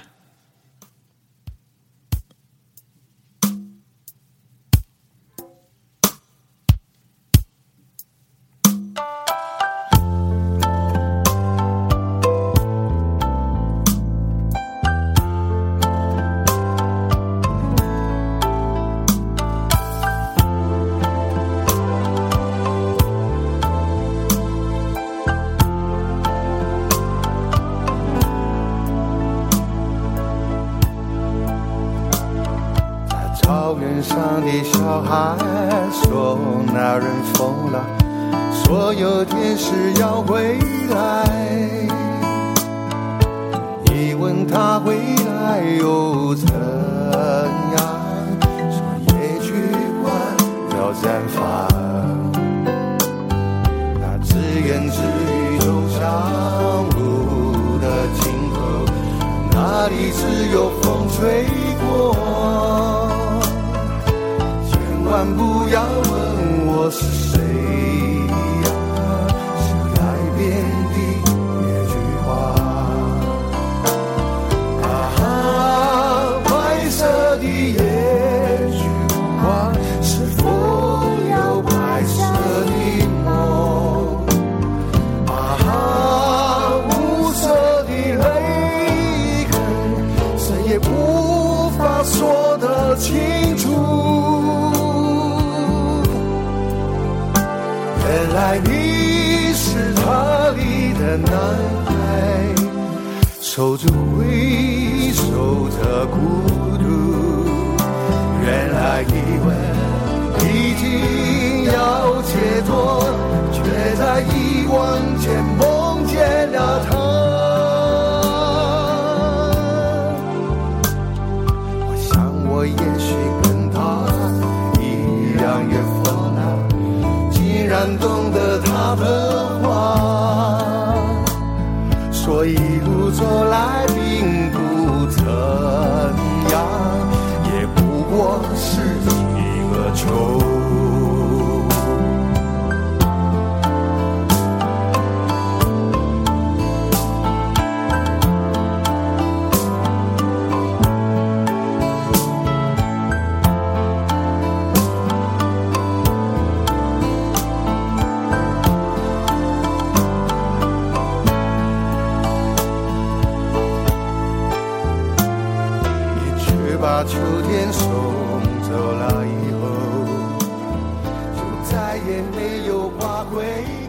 D: 那草原上的小孩说那人疯了，说有天使要回来。你问他回来又怎样？说也许关要绽放。那自言自语走上路的尽头，那里只有风吹过。千万不要问我是谁呀、是改变的那句话。啊哈，白色的野菊花，是否有白色的梦？啊哈，无啊色的泪痕，谁也无法说得清楚。原来你是他里的男孩。守着回，守着孤独。原来以为已经要解脱，却在遗忘间梦见了他。我想我也许跟他一样也疯了，竟然懂得他的话。说一路走来并不怎样，也不过是一个球。你去把秋天送走了以后，就再也没有花回